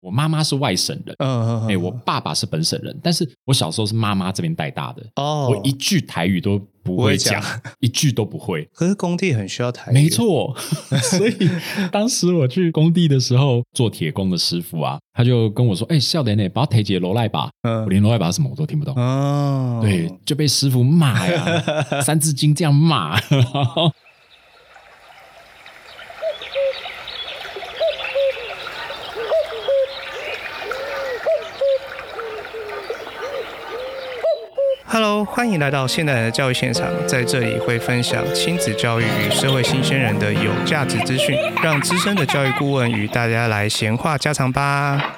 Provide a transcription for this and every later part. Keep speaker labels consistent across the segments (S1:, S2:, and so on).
S1: 我妈妈是外省人，
S2: 嗯，
S1: 哎、我爸爸是本省人，但是我小时候是妈妈这边带大的，
S2: 哦，
S1: 我一句台语都不会讲
S2: 不 会，哎
S1: 一句都不会。
S2: 可是工地很需要台语，
S1: 没，错， 所以当时我去工地的时候，做铁工的师傅啊，他就跟我说：“哎、笑点呢，把腿解罗赖吧。”
S2: 嗯
S1: 我连罗赖吧是什么我都听不懂，
S2: 哦，
S1: 对，就被师傅骂 呀，三字经这样骂。然后
S2: ，Hello，欢迎来到现代人的教育现场，在这里会分享亲子教育与社会新鲜人的有价值资讯，让资深的教育顾问与大家来闲话家常吧。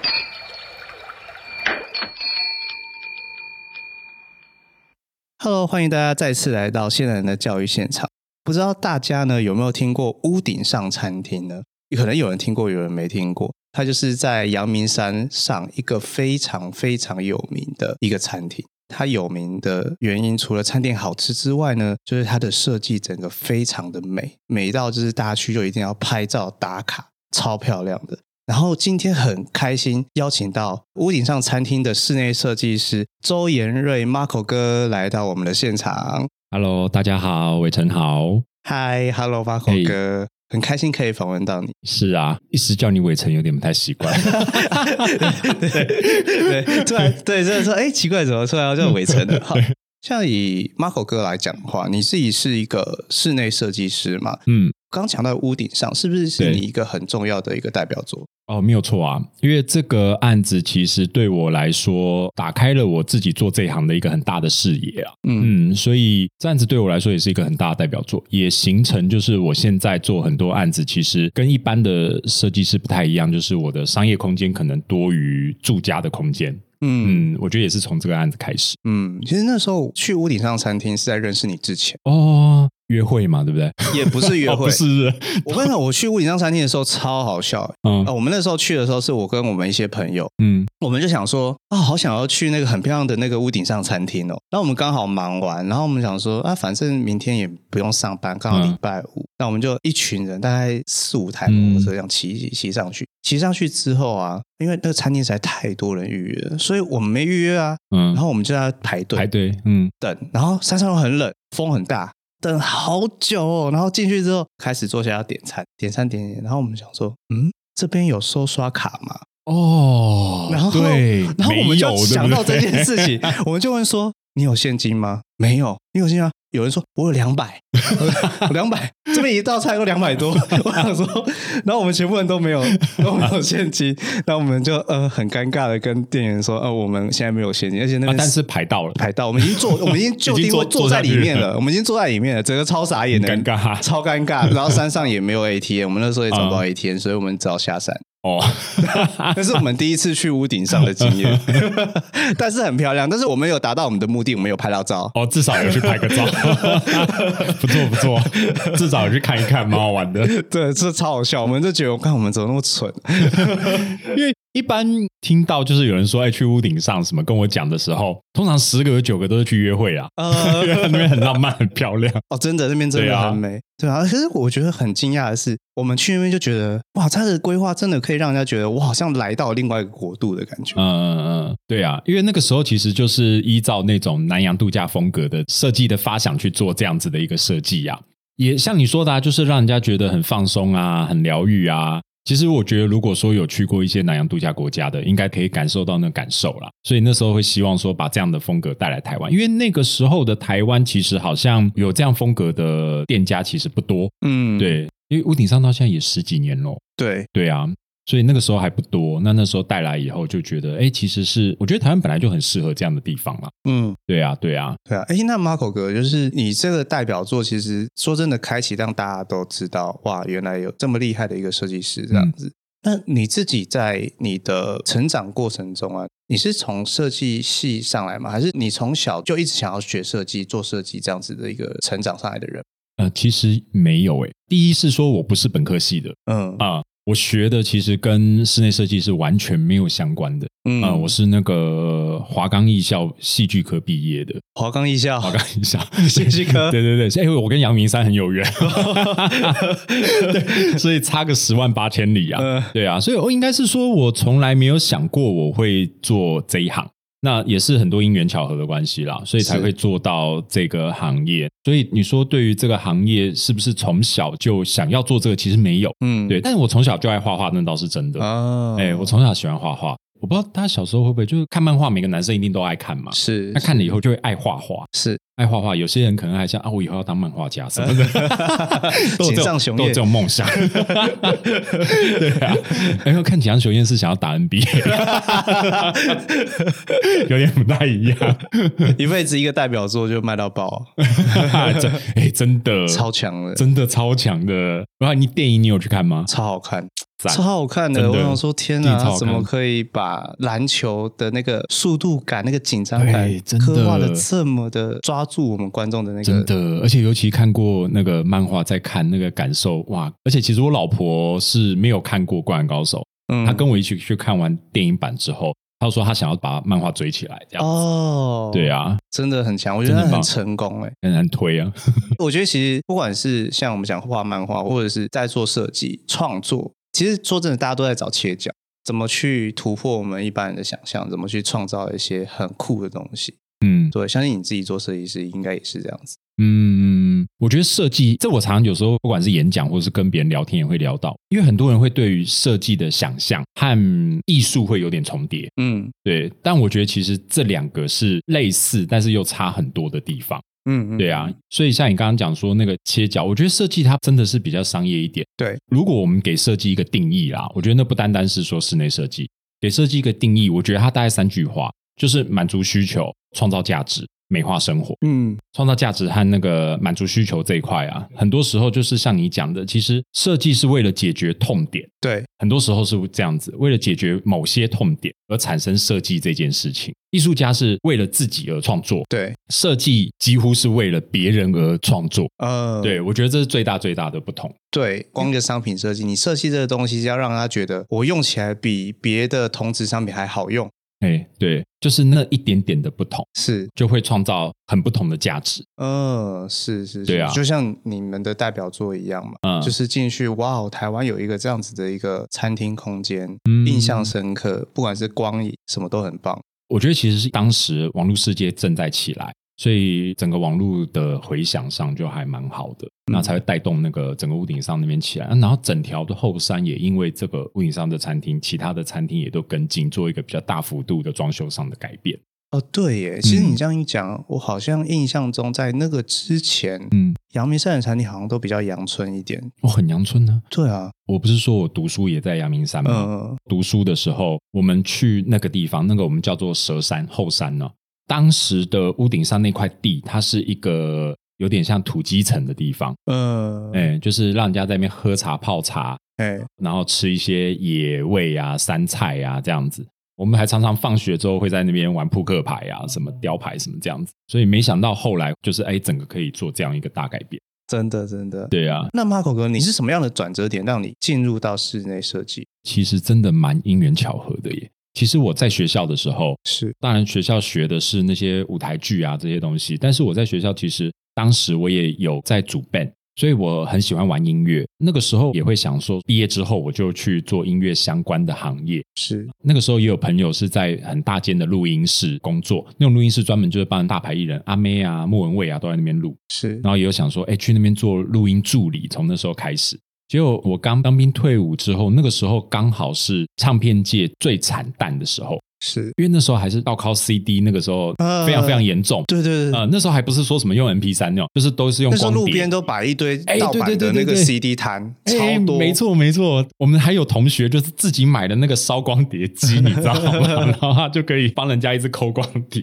S2: Hello，欢迎大家再次来到现代人的教育现场。不知道大家呢有没有听过屋顶上餐厅呢？可能有人听过，有人没听过。它就是在阳明山上一个非常非常有名的一个餐厅。它有名的原因，除了餐点好吃之外呢，就是它的设计整个非常的美，美到就是大家去就一定要拍照打卡，超漂亮的。然后今天很开心邀请到屋顶上餐厅的室内设计师周延瑞 Marco 哥来到我们的现场。
S1: ，Hello，大家好，伟成好。
S2: 嗨，Hello，马口
S1: 嘿
S2: 哥，很开心可以访问到你。
S1: 是啊，一时叫你伟成有点不太习惯。
S2: 对对，突然对，真的说，哎，奇怪，怎么突然要叫伟成 的？好像以马口哥来讲的话，你自己是一个室内设计师嘛？
S1: 嗯，
S2: 刚讲到屋顶上，是不是是
S1: 对
S2: 你一个很重要的一个代表作？
S1: 哦，没有错啊，因为这个案子其实对我来说，打开了我自己做这一行的一个很大的视野啊。
S2: 嗯
S1: 嗯，所以这案子对我来说也是一个很大的代表作，也形成就是我现在做很多案子，其实跟一般的设计师不太一样，就是我的商业空间可能多于住家的空间。
S2: 嗯
S1: 嗯，我觉得也是从这个案子开始
S2: 嗯，其实那时候去屋顶上餐厅是在认识你 之前，
S1: 哦，约会嘛，对不 对？
S2: 也不是约
S1: 哦、
S2: 会。
S1: 不是，
S2: 我跟你讲，我去屋顶上餐厅的时候超好笑、
S1: 嗯
S2: 呃我们那时候去的时候，是我跟我们一些朋友，
S1: 嗯
S2: 我们就想说啊，好想要去那个很漂亮的那个屋顶上餐厅哦。然后我们刚好忙完，然后我们想说啊，反正明天也不用上班，刚好
S1: 嗯
S2: 礼拜五，那、我们就一群人，大概四五台摩
S1: 嗯
S2: 托车这样骑骑骑上去。骑上去之后啊，因为那个餐厅实在太多人预约了，所以我们没预约啊。
S1: 嗯，
S2: 然后我们就在排队
S1: 排队，嗯
S2: 等，然后山上又很冷，风很大，等好久哦。然后进去之后开始坐下要点餐，点餐点点，然后我们想说，嗯，这边有收刷卡吗？
S1: 哦
S2: 然后
S1: 对，
S2: 然后我们
S1: 没
S2: 就
S1: 有
S2: 想到这件事，
S1: 对
S2: 情，
S1: 不对
S2: 我们就问说：“你有现金吗？”没有，你有现金吗？有人说：“我有两百， 我两百，这边一道菜都两百多。” 我想说，然后我们全部人都没有都没有现金，然后我们就呃很尴尬的跟店员说：“呃，我们现在没有现金，而且那
S1: 啊
S2: 边、
S1: 但是排到了，
S2: 排到，我们已 经坐，我们已经就
S1: 已
S2: 地
S1: 经坐
S2: 位坐在里面
S1: 坐下去
S2: 了，我们已经坐在里面了，整个超傻眼的，
S1: 很尴尬
S2: 超尴尬。然后山上也没有 ATM，我们那时候也找不到
S1: 啊
S2: ATM，、所以我们只好下山。
S1: 哦，
S2: 那是我们第一次去屋顶上的经 验，但是很漂亮。但是我们有达到我们的目的，我们有拍到照。
S1: 哦，至少有去拍个 照，不错不错，至少有去看一看，蛮好玩的。
S2: 对，这超好笑，我们就觉得，我看我们怎么那么 蠢？
S1: 因为一般听到就是有人说，哎、去屋顶上什么跟我讲的时候，通常十个有九个都是去约 会啊，因为
S2: 呃，
S1: 那边很浪漫，很漂亮。
S2: 哦，真的，那边真
S1: 对
S2: 的
S1: 啊
S2: 很美，对啊。可是我觉得很惊讶的是，我们去那边就觉得，哇，它的规划真的可以让人家觉得，我好像来到另外一个国度的感觉。
S1: 嗯嗯嗯，对啊，因为那个时候其实就是依照那种南洋度假风格的设计的发想去做这样子的一个设计啊，也像你说的、啊，就是让人家觉得很放松啊，很疗愈啊。其实我觉得，如果说有去过一些南洋度假国家的，应该可以感受到那感受啦。所以那时候会希望说，把这样的风格带来台湾，因为那个时候的台湾其实好像有这样风格的店家其实不多。
S2: 嗯，
S1: 对，因为屋顶上到现在也十几年喽。
S2: 对，
S1: 对啊，所以那个时候还不多。那那时候带来以后就觉得，哎，其实是我觉得台湾本来就很适合这样的地方啦。
S2: 嗯，
S1: 对啊，对啊，
S2: 对啊。哎，那 Marco 哥，就是你这个代表作，其实说真的，开启让大家都知道，哇，原来有这么厉害的一个设计师这
S1: 嗯
S2: 样子。那你自己在你的成长过程中啊，你是从设计系上来吗？还是你从小就一直想要学设计、做设计这样子的一个成长上来的人？
S1: 呃，其实没有诶、第一是说我不是本科系的
S2: 嗯
S1: 啊、我学的其实跟室内设计是完全没有相关的。
S2: 嗯
S1: 嗯、我是那个华冈艺校戏剧科毕业的，
S2: 华冈艺校，
S1: 华冈艺校
S2: 戏剧科
S1: 对对对，所以我跟阳明山很有 缘， 对，所以差个十万八千里啊。
S2: 嗯
S1: 对啊，所以我应该是说，我从来没有想过我会做这一行。那也是很多因缘巧合的关系啦，所以才
S2: 是
S1: 会做到这个行业。所以你说对于这个行业是不是从小就想要做这个？其实没有，
S2: 嗯，
S1: 对。但是我从小就爱画画，那倒是真的。哎、
S2: 啊，
S1: 我从小喜欢画画，我不知道大家小时候会不会就是看漫画，每个男生一定都爱看嘛。
S2: 是
S1: 那看了以后就会爱画画，
S2: 是
S1: 爱画画，有些人可能还想啊，我以后要当漫画家什 么的，都有这
S2: 井上
S1: 种
S2: 雄
S1: 都有
S2: 彦
S1: 这种梦想。对啊，然后看井上雄彦是想要打 NBA，有点不太一样。
S2: 一辈子一个代表作就卖到爆，
S1: 真哎、真的
S2: 超强的，
S1: 呃真的超强的。然后你电影你有去看吗？
S2: 超好看，
S1: 赞
S2: 超好看的。
S1: 真的
S2: 我想说，天
S1: 真的超好
S2: 啊，
S1: 看
S2: 怎么可以把篮球的那个速度感、那个紧张感
S1: 对真的
S2: 刻画的这么的抓住我们观众的那
S1: 真
S2: 个？
S1: 的，而且尤其看过那个漫画，再看那个感受哇！而且其实我老婆是没有看过《灌篮高手》，
S2: 嗯
S1: 她跟我一起去看完电影版之后，她说她想要把漫画追起来，这样子。
S2: 哦，
S1: 对，啊，
S2: 真的很强，我觉
S1: 真
S2: 得
S1: 的很
S2: 很
S1: 棒
S2: 成功哎、
S1: 很难推啊。
S2: 我觉得其实不管是像我们讲画漫画，或者是在做设计创作，其实说真的，大家都在找切角，怎么去突破我们一般人的想象，怎么去创造一些很酷的东西。
S1: 嗯
S2: 对，相信你自己做设计师应该也是这样子。
S1: 嗯，我觉得设计，这我常常有时候不管是演讲或是跟别人聊天也会聊到，因为很多人会对于设计的想象和艺术会有点重叠。
S2: 嗯
S1: 对，但我觉得其实这两个是类似，但是又差很多的地方。
S2: 嗯，嗯
S1: 对啊，，所以像你刚刚讲说那个切角，我觉得设计它真的是比较商业一点。
S2: 对，
S1: 如果我们给设计一个定义啦，我觉得那不单单是说室内设计，给设计一个定义，我觉得它大概三句话，就是满足需求、创造价值、美化生活。
S2: 嗯
S1: 创造价值和那个满足需求这一块啊，很多时候就是像你讲的，其实设计是为了解决痛点，
S2: 对，
S1: 很多时候是这样子，为了解决某些痛点而产生设计这件事情。艺术家是为了自己而创作，
S2: 对，
S1: 设计几乎是为了别人而创作。
S2: 呃，
S1: 对，我觉得这是最大最大的不同。
S2: 对，光一个商品设计，你设计这个东西是要让他觉得我用起来比别的同质商品还好用，
S1: 哎，对，就是那一点点的不同，
S2: 是，
S1: 就会创造很不同的价值。
S2: 呃，是是，是
S1: 对啊
S2: 就像你们的代表作一样嘛，
S1: 嗯
S2: 就是进去，哇哦，台湾有一个这样子的一个餐厅空间，
S1: 嗯
S2: 印象深刻，不管是光影什么都很棒，
S1: 我觉得其实是当时网络世界正在起来，所以整个网络的回响上就还蛮好的，那才会带动那个整个屋顶上那边起来。然后整条的后山也因为这个屋顶上的餐厅，其他的餐厅也都跟进，做一个比较大幅度的装修上的改变。
S2: 哦，对耶，其实你这样一讲，我好像印象中在那个之前，
S1: 嗯，
S2: 阳明山的餐厅好像都比较阳春一点，
S1: 我、哦很阳春呢、
S2: 对啊，
S1: 我不是说我读书也在阳明山吗？
S2: 嗯
S1: 读书的时候，我们去那个地方，那个我们叫做蛇山后山呢、当时的屋顶上那块地，它是一个有点像土基层的地方，
S2: 嗯，
S1: 哎、就是让人家在那边喝茶泡茶，
S2: 哎，
S1: 然后吃一些野味啊、山菜啊这样子。我们还常常放学之后会在那边玩扑克牌啊、什么雕牌什么这样子。所以没想到后来就是哎，整个可以做这样一个大改变。
S2: 真的真的，
S1: 对啊，
S2: 那 Marco 哥，你是什么样的转折点让你进入到室内设计？
S1: 其实真的蛮因缘巧合的耶。其实我在学校的时候，
S2: 是，
S1: 当然学校学的是那些舞台剧啊这些东西，但是我在学校其实当时我也有在组 band，所以我很喜欢玩音乐。那个时候也会想说，毕业之后我就去做音乐相关的行业。
S2: 是，
S1: 那个时候也有朋友是在很大间的录音室工作，那种录音室专门就是帮大牌艺人阿妹啊、莫文蔚啊都在那边录。
S2: 是，
S1: 然后也有想说，哎，去那边做录音助理，从那时候开始。结果我刚当兵退伍之后，那个时候刚好是唱片界最惨淡的时候，
S2: 是，
S1: 因为那时候还是要靠 CD，那个时候
S2: 呃
S1: 非常非常严重。
S2: 对对对，
S1: 呃，那时候还不是说什么用 MP 三那种，就是都是用
S2: 那时候
S1: 光
S2: 路
S1: 碟
S2: 边都摆一堆
S1: 哎
S2: 盗版
S1: 对对
S2: 的
S1: 对
S2: 那个
S1: 对对
S2: CD 摊，
S1: 哎
S2: 超多，
S1: 没，错没错。我们还有同学就是自己买的那个烧光碟 机，你知道吗？然后他就可以帮人家一直抠光 碟。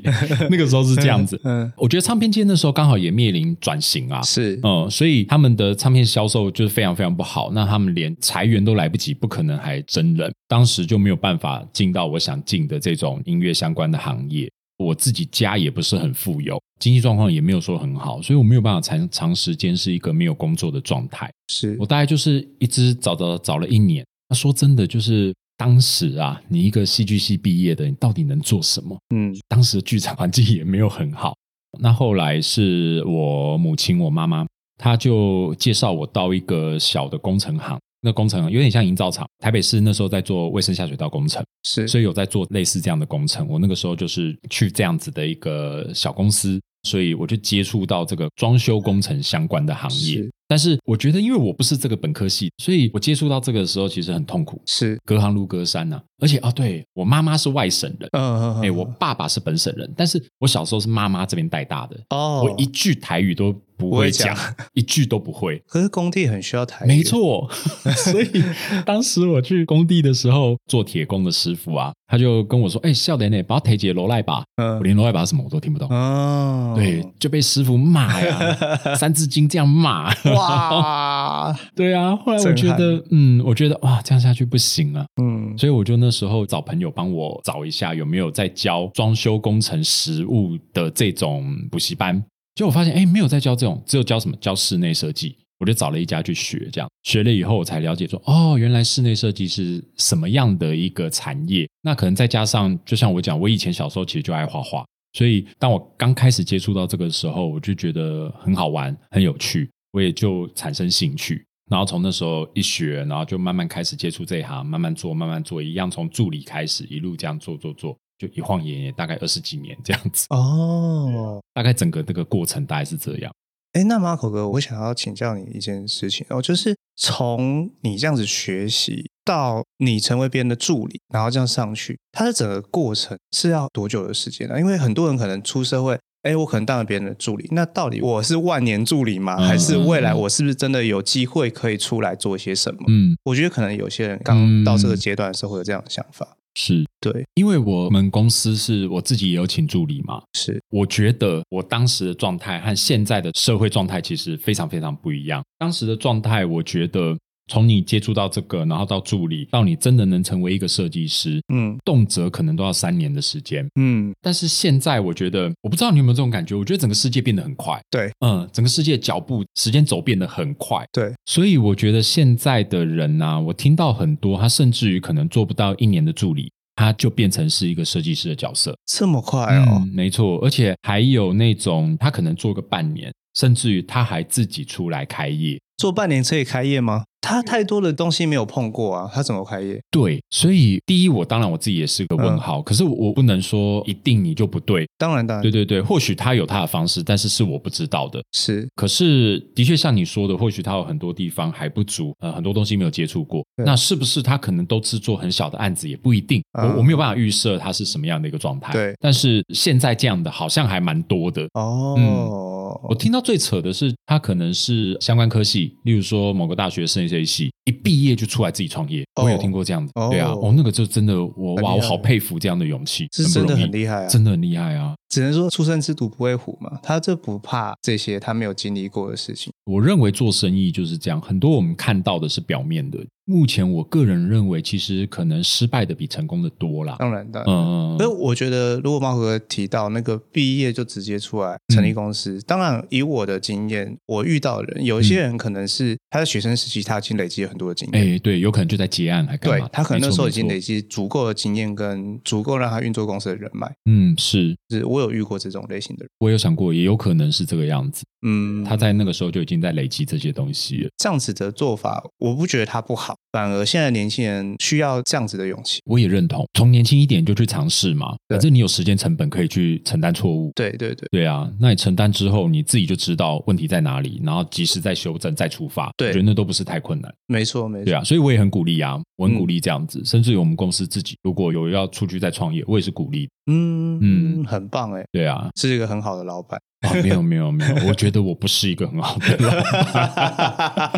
S1: 那个时候是这样子。
S2: 嗯，
S1: 我觉得唱片界那时候刚好也面临转型啊，
S2: 是，
S1: 嗯，所以他们的唱片销售就是非常非常不好，那他们连裁员都来不及，不可能还真人。当时就没有办法进到我想进的这种音乐相关的行业。我自己家也不是很富有，经济状况也没有说很好，所以我没有办法长长时间是一个没有工作的状态。
S2: 是
S1: 我，大概就是一直找找找了一年，那说真的，就是当时啊，你一个戏剧系毕业的，你到底能做什么？
S2: 嗯
S1: 当时的剧场环境也没有很好。那后来是我母亲，我妈妈，她就介绍我到一个小的工程行。那工程行有点像营造厂，台北市那时候在做卫生下水道工程，
S2: 是，
S1: 所以有在做类似这样的工程。我那个时候就是去这样子的一个小公司，所以我就接触到这个装修工程相关的行业
S2: 是。
S1: 但是我觉得，因为我不是这个本科系，所以我接触到这个的时候其实很痛苦，
S2: 是，
S1: 隔行如隔山呐、而且啊，对我妈妈是外省人，
S2: 嗯嗯嗯
S1: 哎、我爸爸是本省人，但是我小时候是妈妈这边带大的，
S2: 哦，
S1: 我一句台语都不
S2: 不会
S1: 会讲，
S2: 讲
S1: 一句都不会。
S2: 可是工地很需要台语，
S1: 没， 错，所以当时我去工地的时候，做铁工的师傅啊，他就跟我说：“哎、笑点呢，把台姐罗赖吧。”我
S2: 嗯，
S1: 连罗赖吧是什么我都听不懂，
S2: 哦，
S1: 对，就被师傅骂 呀，三字经这样骂。
S2: 哇，
S1: 对啊，后来我觉
S2: 震
S1: 得，嗯，我觉得哇，这样下去不行啊，
S2: 嗯，
S1: 所以我就那时候找朋友帮我找一下有没有在教装修工程实务的这种补习班。结果我发现，哎，没有在教这种，只有教什么教室内设计。我就找了一家去学，这样学了以后，我才了解说，哦，原来室内设计是什么样的一个产业。那可能再加上，就像我讲，我以前小时候其实就爱画画，所以当我刚开始接触到这个时候，我就觉得很好玩、很有趣，我也就产生兴趣。然后从那时候一学，然后就慢慢开始接触这一行，慢慢做，慢慢做，一样从助理开始，一路这样做做做，就一晃眼也大概二十几年这样子。
S2: 哦，
S1: 大概整个这个过程大概是这样。
S2: 哎，那马可哥，我想要请教你一件事情哦，就是从你这样子学习到你成为别人的助理，然后这样上去，它的整个过程是要多久的时间呢、因为很多人可能出社会。哎，我可能当了别人的助理，那到底我是万年助理吗？
S1: 嗯
S2: 还是未来
S1: 嗯嗯
S2: 我是不是真的有机会可以出来做些什么？
S1: 嗯，
S2: 我觉得可能有些人刚到这个阶段的时候会有这样的想法。
S1: 是
S2: 对，
S1: 因为我们公司是我自己也有请助理嘛，
S2: 是，
S1: 我觉得我当时的状态和现在的社会状态其实非常非常不一样。当时的状态，我觉得从你接触到这个，然后到助理，到你真的能成为一个设计师，
S2: 嗯
S1: 动辄可能都要三年的时间。
S2: 嗯，
S1: 但是现在，我觉得我不知道你有没有这种感觉，我觉得整个世界变得很快。
S2: 对，
S1: 嗯，整个世界脚步时间轴变得很快。
S2: 对，
S1: 所以我觉得现在的人啊，我听到很多，他甚至于可能做不到一年的助理，他就变成是一个设计师的角色。
S2: 这么快哦，
S1: 嗯，没错，而且还有那种他可能做个半年，甚至于他还自己出来开业。
S2: 做半年可以开业吗？
S1: 嗯
S2: 他太多的东西没有碰过啊，他怎么开业？
S1: 对，所以第一，我当然我自己也是个
S2: 嗯
S1: 问号，可是我我不能说一定你就不对，
S2: 当然，当然
S1: 对对对，或许他有他的方式，但是是我不知道的。
S2: 是，嗯
S1: 可是，的确像你说的，或许他有很多地方还不足，呃，很多东西没有接触过。
S2: 对
S1: 那是不是他可能都制作很小的案子也不一定，
S2: 啊
S1: 我我没有办法预设他是什么样的一个状态。
S2: 对
S1: 但是现在这样的好像还蛮多的。
S2: 哦，
S1: 我听到最扯的是，他可能是相关科系，例如说某个大学生谁系，一毕业就出来自己创业。
S2: 哦
S1: 我有听过这样子，
S2: 哦
S1: 对啊，哦，那个就真的我
S2: 很厉害
S1: 哇，我好佩服这样的勇气，
S2: 是真
S1: 不
S2: 的
S1: 容易
S2: 很厉害啊，
S1: 真的很厉害啊！
S2: 只能说初生之犊不畏虎嘛，他这不怕这些他没有经历过的事情。
S1: 我认为做生意就是这样，很多我们看到的是表面的。目前我个人认为，其实可能失败的比成功的多啦。
S2: 当然，当然。
S1: 嗯，
S2: 所以啊我觉得，如果猫哥提到那个毕业就直接出来成立公司，当然以我的经验，我遇到的人，有一些人可能是他在学生时期他已经累积了很多的经验，
S1: 哎，对，有可能就在结案还干
S2: 对
S1: 嘛？
S2: 他可能那时候已经
S1: 没错
S2: 累积足够的经验跟足够让他运作公司的人脉。
S1: 没错嗯，是
S2: 就是我有遇过这种类型的人，
S1: 我有想过，也有可能是这个样子。
S2: 嗯，
S1: 他在那个时候就已经在累积这些东西了。
S2: 这样子的做法，我不觉得他不好，反而现在年轻人需要这样子的勇气。
S1: 我也认同，从年轻一点就去尝试嘛，
S2: 对
S1: 反正你有时间成本可以去承担错误。
S2: 对对对，
S1: 对啊，那你承担之后，你自己就知道问题在哪里，然后及时再修正、再出发。
S2: 对
S1: 我觉得那都不是太困难。
S2: 没错没错。
S1: 对啊，所以我也很鼓励啊，我很鼓
S2: 嗯
S1: 励这样子，甚至于我们公司自己如果有要出去再创业，我也是鼓励。
S2: 嗯嗯，
S1: 嗯
S2: 很棒哎，
S1: 对啊，
S2: 是一个很好的老 板。
S1: 啊没有没有没有，我觉得我不是一个很好的老板。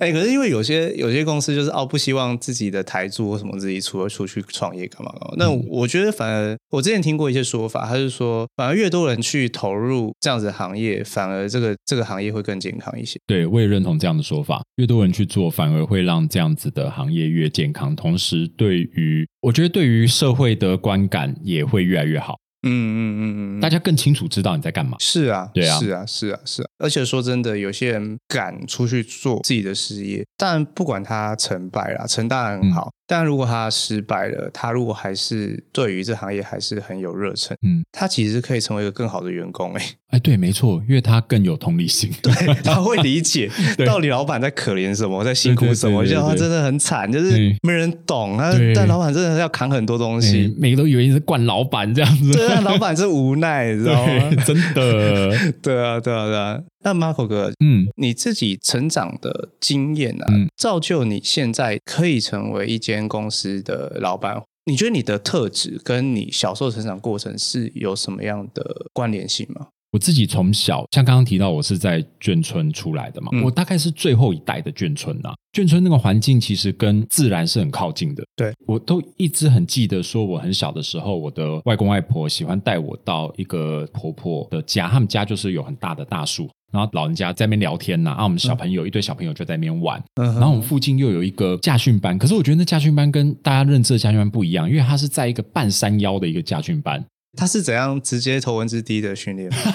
S2: 哎、可是因为有些有些公司就是哦，不希望自己的台柱或什么自己出出去创业干嘛干嘛。那
S1: 嗯
S2: 我觉得反而我之前听过一些说法，他是说反而越多人去投入这样子的行业，反而这个这个行业会更健康一些。
S1: 对，我也认同这样的说法。越多人去做，反而会让这样子的行业越健康，同时对于我觉得对于社会的观感也会越来越好。
S2: 嗯嗯嗯嗯，
S1: 大家更清楚知道你在干嘛。
S2: 是啊，
S1: 对啊
S2: 是啊，是啊，是啊。而且说真的，有些人敢出去做自己的事业，但不管他成败啦，成当然很好，
S1: 嗯
S2: 但如果他失败了，他如果还是对于这行业还是很有热忱，
S1: 嗯，
S2: 他其实可以成为一个更好的员工、欸， 哎，
S1: 哎，对，没错，因为他更有同理心。
S2: 他会理解
S1: 对
S2: 到底老板在可怜什么，在辛苦什么，
S1: 对对对对
S2: 就他
S1: 对
S2: 真的很惨，就是
S1: 对
S2: 没人懂，他
S1: 对
S2: 但老板真的要扛很多东
S1: 哎
S2: 西，
S1: 每个都以为你是惯老板这样子，
S2: 对哦啊，老板是无奈，你知道吗？
S1: 对， 真的，
S2: 对啊，对啊，对啊。那 Marco 哥，
S1: 嗯，
S2: 你自己成长的经验啊，
S1: 嗯
S2: 造就你现在可以成为一间公司的老板。你觉得你的特质跟你小时候成长过程是有什么样的关联性吗？
S1: 我自己从小，像刚刚提到，我是在眷村出来的嘛，
S2: 嗯
S1: 我大概是最后一代的眷村啊。眷村那个环境其实跟自然是很靠近的。
S2: 对
S1: 我都一直很记得，说我很小的时候，我的外公外婆喜欢带我到一个婆婆的家，他们家就是有很大的大树，然后老人家在那边聊天呐、啊，我们小朋友、一堆小朋友就在那边玩，
S2: 嗯哼
S1: 然后我们附近又有一个驾训班，可是我觉得那驾训班跟大家认知的驾训班不一样，因为它是在一个半山腰的一个驾训班。
S2: 他是怎样直接头文字 D 的训 练吗？
S1: 哎，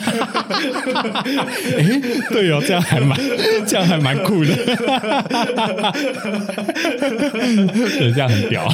S1: 对哦，这样还蛮，这样还蛮酷的，对，这样很 屌。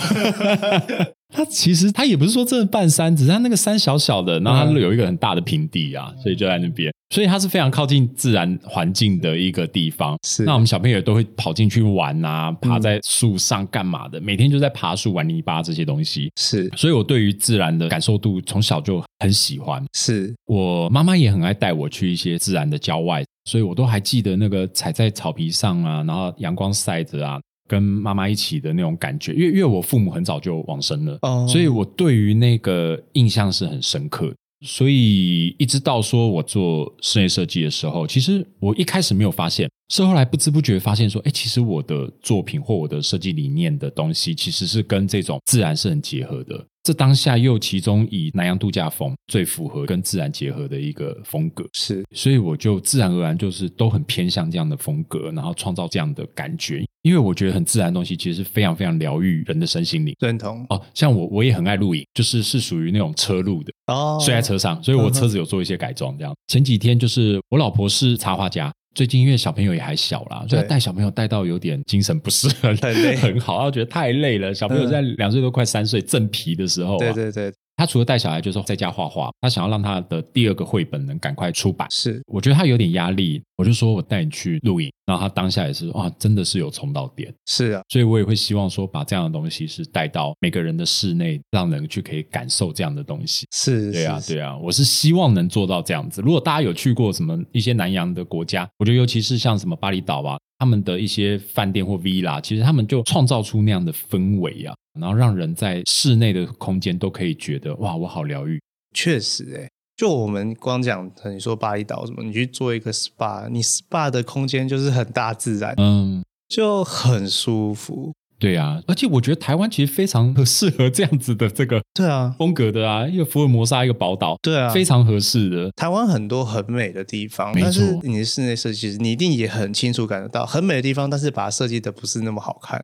S1: 它其实它也不是说真的半山，只是它那个山小小的，然后它有一个很大的平地啊，所以就在那边，所以它是非常靠近自然环境的一个地方。
S2: 是
S1: 那我们小朋友都会跑进去玩啊，爬在树上干嘛的，每天就在爬树、玩泥巴这些东西。
S2: 是
S1: 所以我对于自然的感受度从小就很喜欢。
S2: 是，
S1: 我妈妈也很爱带我去一些自然的郊外，所以我都还记得那个踩在草皮上啊，然后阳光晒着啊，跟妈妈一起的那种感觉。因为因为我父母很早就往生了，
S2: 哦
S1: 所以我对于那个印象是很深刻的。所以一直到说我做室内设计的时候，其实我一开始没有发现，是后来不知不觉发现说，哎，其实我的作品或我的设计理念的东西，其实是跟这种自然是很结合的。这当下又其中以南洋度假风最符合跟自然结合的一个风格，
S2: 是
S1: 所以我就自然而然就是都很偏向这样的风格，然后创造这样的感觉，因为我觉得很自然的东西其实是非常非常疗愈人的身心灵。
S2: 认同
S1: 哦，像我我也很爱露营，就是是属于那种车路的，
S2: 哦，
S1: 睡在车上，所以我车子有做一些改装。这样，前几天就是我老婆是插画家，最近因为小朋友也还小啦，所以
S2: 对
S1: 她带小朋友带到有点精神不是很
S2: 很累
S1: 很好，她觉得太累了。小朋友
S2: 嗯
S1: 在两岁多快三岁正皮的时候、啊，
S2: 对对对，
S1: 她除了带小孩，就是在家画画，她想要让她的第二个绘本能赶快出版。
S2: 是
S1: 我觉得她有点压力，我就说我带你去露营，然后她当下也是哇，真的是有冲到点。
S2: 是啊，
S1: 所以我也会希望说，把这样的东西是带到每个人的室内，让人去可以感受这样的东西。
S2: 是，
S1: 对啊，
S2: 是，
S1: 对啊，我是希望能做到这样子。如果大家有去过什么一些南洋的国家，我觉得尤其是像什么巴厘岛啊，他们的一些饭店或 villa，其实他们就创造出那样的氛围啊，然后让人在室内的空间都可以觉得哇，我好疗愈。
S2: 确实哎、就我们光讲你说巴厘岛什么，你去做一个 SPA，你 SPA 的空间就是很大自然，
S1: 嗯，
S2: 就很舒服。
S1: 对啊，而且我觉得台湾其实非常适合这样子的这个
S2: 对啊，
S1: 风格的啊，一个福尔摩沙，一个宝岛，
S2: 对啊，
S1: 非常合适的。
S2: 台湾很多很美的地方，
S1: 没错
S2: 但是你的室内设计师，你一定也很清楚感觉到很美的地方，但是把它设计的不是那么好看。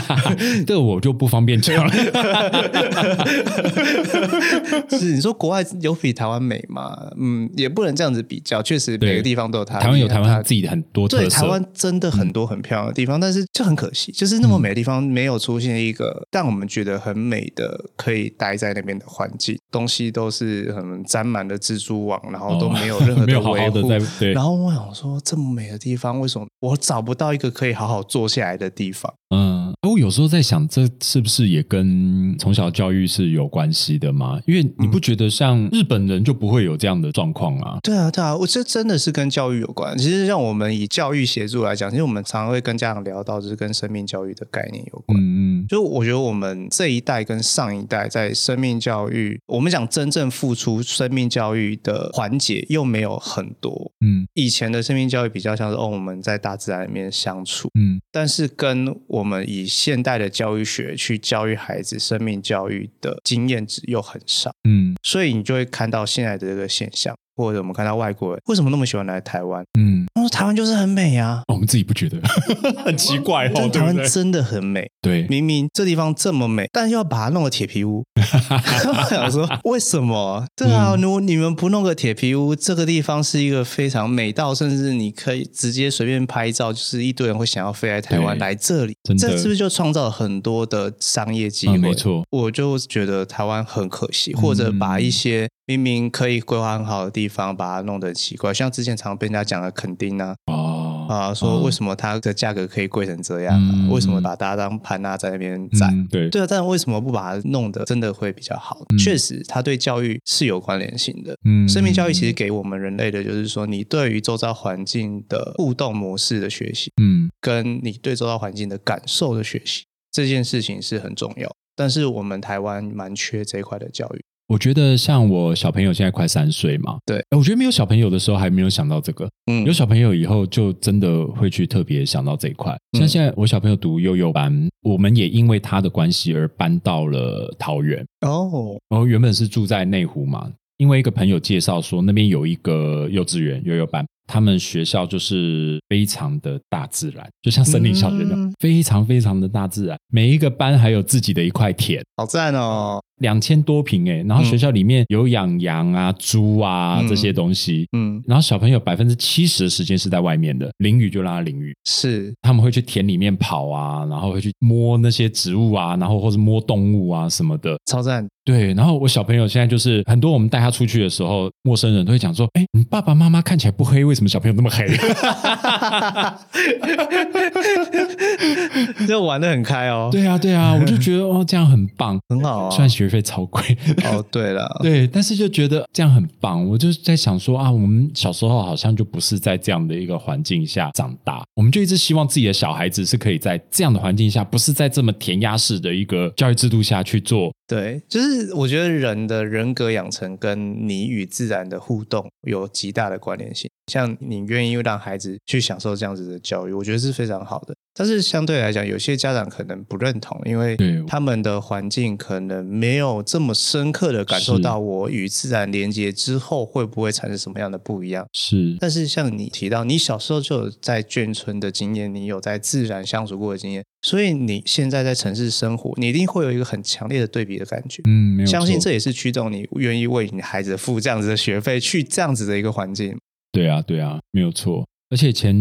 S1: 这个我就不方便讲了。
S2: 是你说国外有比台湾美吗？嗯，也不能这样子比较，确实
S1: 对
S2: 每个地方都有它的
S1: 台湾有台湾
S2: 它
S1: 自己的很多特
S2: 对，
S1: 色，
S2: 台湾真的很多很漂亮的地方，但是就很可
S1: 嗯
S2: 惜，就是那么美的地方没有出现一个让我们觉得很美的可以待在那边的环境，东西都是很沾满了蜘蛛网，然后都没有任何
S1: 哦 没有好
S2: 维
S1: 好
S2: 护。
S1: 的在对，
S2: 然后我想说，这么美的地方，为什么我找不到一个可以好好坐下来的地方？
S1: 嗯，我有时候在想，这是不是也跟从小教育是有关系的嘛？因为你不觉得像日本人就不会有这样的状况啊？
S2: 对啊，对啊，我这真的是跟教育有关。其实像我们以教育协助来讲，其实我们常常会跟家长聊到，就是跟生命教育的概念有关。
S1: 嗯嗯，
S2: 就我觉得我们这一代跟上一代在生命教育，我们讲真正付出生命教育的环节又没有很多。
S1: 嗯
S2: 以前的生命教育比较像是哦，我们在大自然里面相处，
S1: 嗯，
S2: 但是跟我们以现代的教育学去教育孩子生命教育的经验值又很少，
S1: 嗯
S2: 所以你就会看到现在的这个现象。或者我们看到外国人为什么那么喜欢来台湾？
S1: 嗯，
S2: 他说台湾就是很美啊，
S1: 哦我们自己不觉得很奇怪哦，
S2: 但
S1: 对
S2: 台
S1: 不
S2: 湾
S1: 对？
S2: 真的很美。
S1: 对，
S2: 明明这地方这么美，但又要把它弄个铁皮屋。 我想说，为什么？对啊，
S1: 嗯
S2: 如果你们不弄个铁皮屋，这个地方是一个非常美到，甚至你可以直接随便拍照，就是一堆人会想要飞来台湾
S1: 对
S2: 来这里
S1: 真，的
S2: 这是不是就创造了很多的商业机会？
S1: 嗯没错，嗯
S2: 我就觉得台湾很可惜，或者把一些明明可以规划很好的地方，把它弄得很奇怪。像之前常被人家讲的垦丁啊，
S1: 哦，
S2: 啊，说为什么它的价格可以贵成这样、啊？
S1: 嗯
S2: 为什么把大家当盘纳在那边宰？
S1: 嗯对，
S2: 对啊，但为什么不把它弄得真的会比较好？
S1: 嗯
S2: 确实，它对教育是有关联性的。
S1: 嗯
S2: 生命教育其实，给我们人类的就是说，你对于周遭环境的互动模式的学习，
S1: 嗯
S2: 跟你对周遭环境的感受的学习，这件事情是很重要。但是我们台湾蛮缺这一块的教育。
S1: 我觉得像我小朋友现在快三岁嘛，
S2: 对
S1: 哎我觉得没有小朋友的时候还没有想到这个，
S2: 嗯
S1: 有小朋友以后就真的会去特别想到这一块。像
S2: 嗯
S1: 现在我小朋友读幼幼班，我们也因为他的关系而搬到了桃园。
S2: 哦，
S1: 然后原本是住在内湖嘛，因为一个朋友介绍说那边有一个幼稚园幼幼班，他们学校就是非常的大自然，就像森林小学那样，
S2: 嗯
S1: 非常非常的大自然。每一个班还有自己的一块田。
S2: 好赞哦！
S1: 两千多平哎、然后学校里面有养羊啊、猪啊
S2: 嗯
S1: 这些东西，
S2: 嗯，
S1: 然后小朋友百分之七十的时间是在外面的，淋雨就让他淋雨，
S2: 是，
S1: 他们会去田里面跑啊，然后会去摸那些植物啊，然后或是摸动物啊什么的。
S2: 超赞。
S1: 对，然后我小朋友现在就是很多我们带他出去的时候，陌生人都会讲说：“哎，你爸爸妈妈看起来不黑，为什么小朋友那么黑
S2: 就玩的很开？”哦，
S1: 对啊，对啊，我就觉得哦，这样很棒。
S2: 很好啊
S1: 虽。然学费超贵，
S2: 哦，对了，
S1: 对，但是就觉得这样很棒。我就在想说啊，我们小时候好像就不是在这样的一个环境下长大，我们就一直希望自己的小孩子是可以在这样的环境下，不是在这么填鸭式的一个教育制度下去做。
S2: 对，就是我觉得人的人格养成跟你与自然的互动有极大的关联性。像你愿意让孩子去享受这样子的教育，我觉得是非常好的。但是相对来讲，有些家长可能不认同，因为
S1: 对
S2: 他们的环境可能没有这么深刻的感受
S1: 是
S2: 到我与自然连接之后会不会产生什么样的不一样。
S1: 是，
S2: 但是像你提到，你小时候就有在眷村的经验，你有在自然相处过的经验，所以你现在在城市生活，你一定会有一个很强烈的对比的感觉。
S1: 嗯，没有错
S2: 相信这也是驱动你愿意为你孩子付这样子的学费，去这样子的一个环境。
S1: 对啊，对啊，没有错。而且前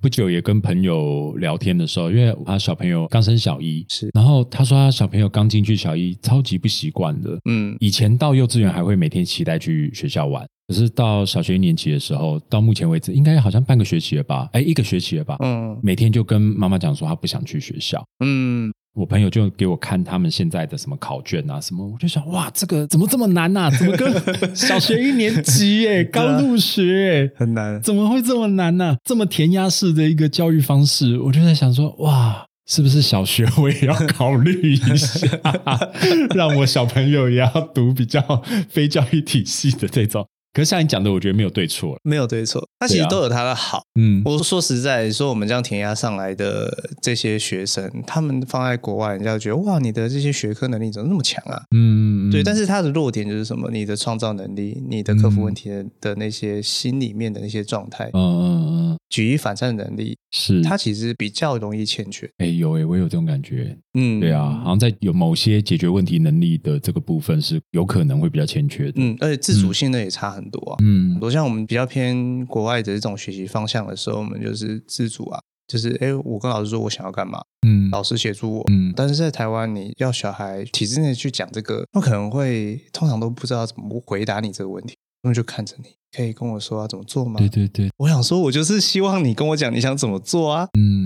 S1: 不久也跟朋友聊天的时候，因为他小朋友刚升小一，
S2: 是
S1: 然后他说他小朋友刚进去小一，超级不习惯的，
S2: 嗯，
S1: 以前到幼稚园还会每天期待去学校玩，可是到小学一年级的时候，到目前为止应该好像半个学期了吧？哎，一个学期了吧？
S2: 嗯
S1: 每天就跟妈妈讲说她不想去学校。
S2: 嗯，
S1: 我朋友就给我看他们现在的什么考卷啊什么，我就想哇，这个怎么这么难呐、怎么跟 小学一年级 哎、刚入学哎、
S2: 啊很难。
S1: 怎么会这么难呢、这么填鸭式的一个教育方式，我就在想说哇。是不是小学我也要考虑一下， 让我小朋友也要读比较非教育体系的这种？可是像你讲的，我觉得没有对错。
S2: 没有对错，它其
S1: 对
S2: 实
S1: 啊
S2: 都有它的好。
S1: 嗯，
S2: 我说实在，说我们这样填鸭上来的这些学生，他们放在国外，人家就觉得哇，你的这些学科能力怎么那么强啊？
S1: 嗯，
S2: 对，但
S1: 是
S2: 是它的弱点就是什么？你的创造能力，你的克服问题的,、的那些心里面的那些状态，
S1: 嗯嗯嗯，
S2: 举一反三的能力，
S1: 是
S2: 它其实比较容易欠缺。
S1: 哎、有哎、我有这种感觉。
S2: 嗯，
S1: 对啊，好像在有某些解决问题能力的这个部分是有可能会比较欠缺的。
S2: 嗯，而且自主性呢也差很多啊。
S1: 嗯
S2: 很，多像我们比较偏国外的这种学习方向的时候，我们就是自主啊，就是哎，诶我跟老师说我想要干嘛，
S1: 嗯
S2: 老师协助我。
S1: 嗯，
S2: 但是在台湾，你要小孩体制内去讲这个，他可能会通常都不知道怎么回答你这个问题，他们就看着你，可以跟我说要怎么做吗？
S1: 对对对，
S2: 我想说，我就是希望你跟我讲你想怎么做啊。
S1: 嗯，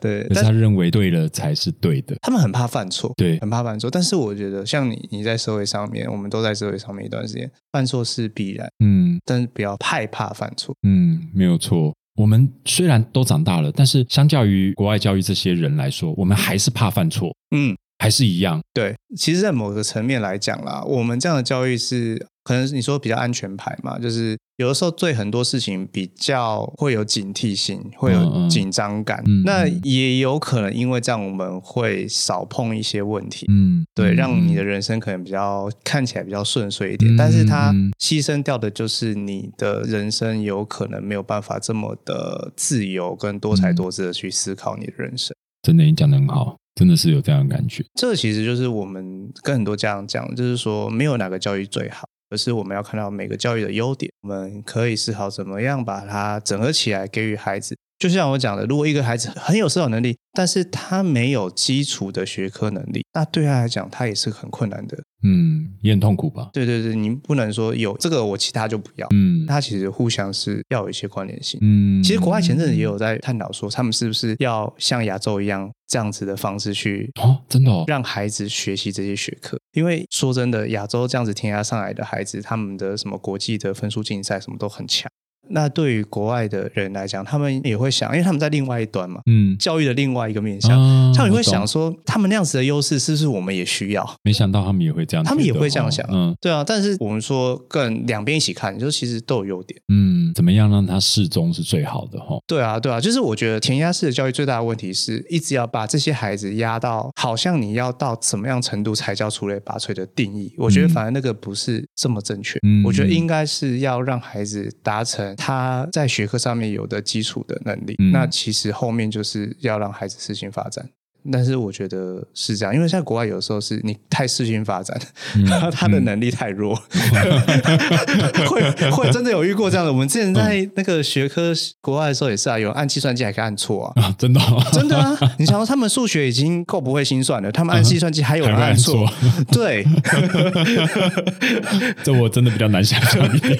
S2: 对，
S1: 可是
S2: 但
S1: 他
S2: 是
S1: 认为对了才是对的。
S2: 他们很怕犯错，
S1: 对，
S2: 很怕犯错。但是我觉得，像你，你在社会上面，我们都在社会上面一段时间，犯错是必然，
S1: 嗯
S2: 但是不要害怕犯错。
S1: 嗯，没有错。我们虽然都长大了，但是相较于国外教育这些人来说，我们还是怕犯错，
S2: 嗯，
S1: 还是一样？
S2: 对，其实，在某个层面来讲啦，我们这样的教育是可能你说比较安全牌嘛，就是有的时候对很多事情比较会有警惕性，会
S1: 嗯
S2: 有
S1: 嗯
S2: 紧张感。
S1: 嗯
S2: 那
S1: 嗯
S2: 也有可能因为这样，我们会少碰一些问题。
S1: 嗯，
S2: 对，让你的
S1: 嗯
S2: 人生可能比较看起来比较顺遂一点，但是它
S1: 嗯嗯
S2: 牺牲掉的就是你的人生有可能没有办法这么的自由跟多
S1: 嗯
S2: 才多姿的去思考你的人生。
S1: 真的你讲的很好，真的是有这样的感觉。
S2: 这其实就是我们跟很多家长讲，就是说没有哪个教育最好，而是我们要看到每个教育的优点，我们可以思考怎么样把它整合起来给予孩子。就像我讲的，如果一个孩子很有思考能力，但是他没有基础的学科能力，那对他来讲，他也是很困难的。
S1: 嗯，也很痛苦吧？
S2: 对对对，你不能说有这个我其他就不要，
S1: 嗯
S2: 它其实互相是要有一些关联性。
S1: 嗯，
S2: 其实国外前阵子也有在探讨说，他们是不是要像亚洲一样这样子的方式去
S1: 哦，真的哦，
S2: 让孩子学习这些学科，因为说真的，亚洲这样子填鸭上来的孩子，他们的什么国际的分数竞赛什么都很强。那对于国外的人来讲，他们也会想，因为他们在另外一端嘛，
S1: 嗯，
S2: 教育的另外一个面向，
S1: 啊
S2: 他们也会
S1: 我懂
S2: 想说，他们那样子的优势是不是我们也需要？
S1: 没想到他们也会这样觉得哦，
S2: 他们也会这样想
S1: 嗯
S2: 对啊，但是我们说更两边一起看，就是其实都有优点。
S1: 嗯，怎么样让他适中是最好的哦哈、
S2: 对啊，对啊，就是我觉得填鸭式的教育最大的问题是一直要把这些孩子压到，好像你要到怎么样程度才叫出类拔萃的定义。我觉得
S1: 嗯
S2: 反而那个不是这么正确，
S1: 嗯
S2: 我觉得应该是要让孩子达成他在学科上面有的基础的能力。
S1: 嗯
S2: 那其实后面就是要让孩子事情发展。但是我觉得是这样，因为在国外有时候是你太事情发展，
S1: 嗯
S2: 他他的能力太弱， 会会真的有遇过这样的。我们之前
S1: 嗯
S2: 在那个学科国外的时候也是啊，有人按计算机还可以按错啊。
S1: 啊， 真的、 哦，
S2: 真的啊！你想说他们数学已经够不会心算了，他们按计算机还有人
S1: 还会
S2: 按
S1: 按
S2: 错
S1: 错，
S2: 对
S1: 这我真的比较难想象 一点。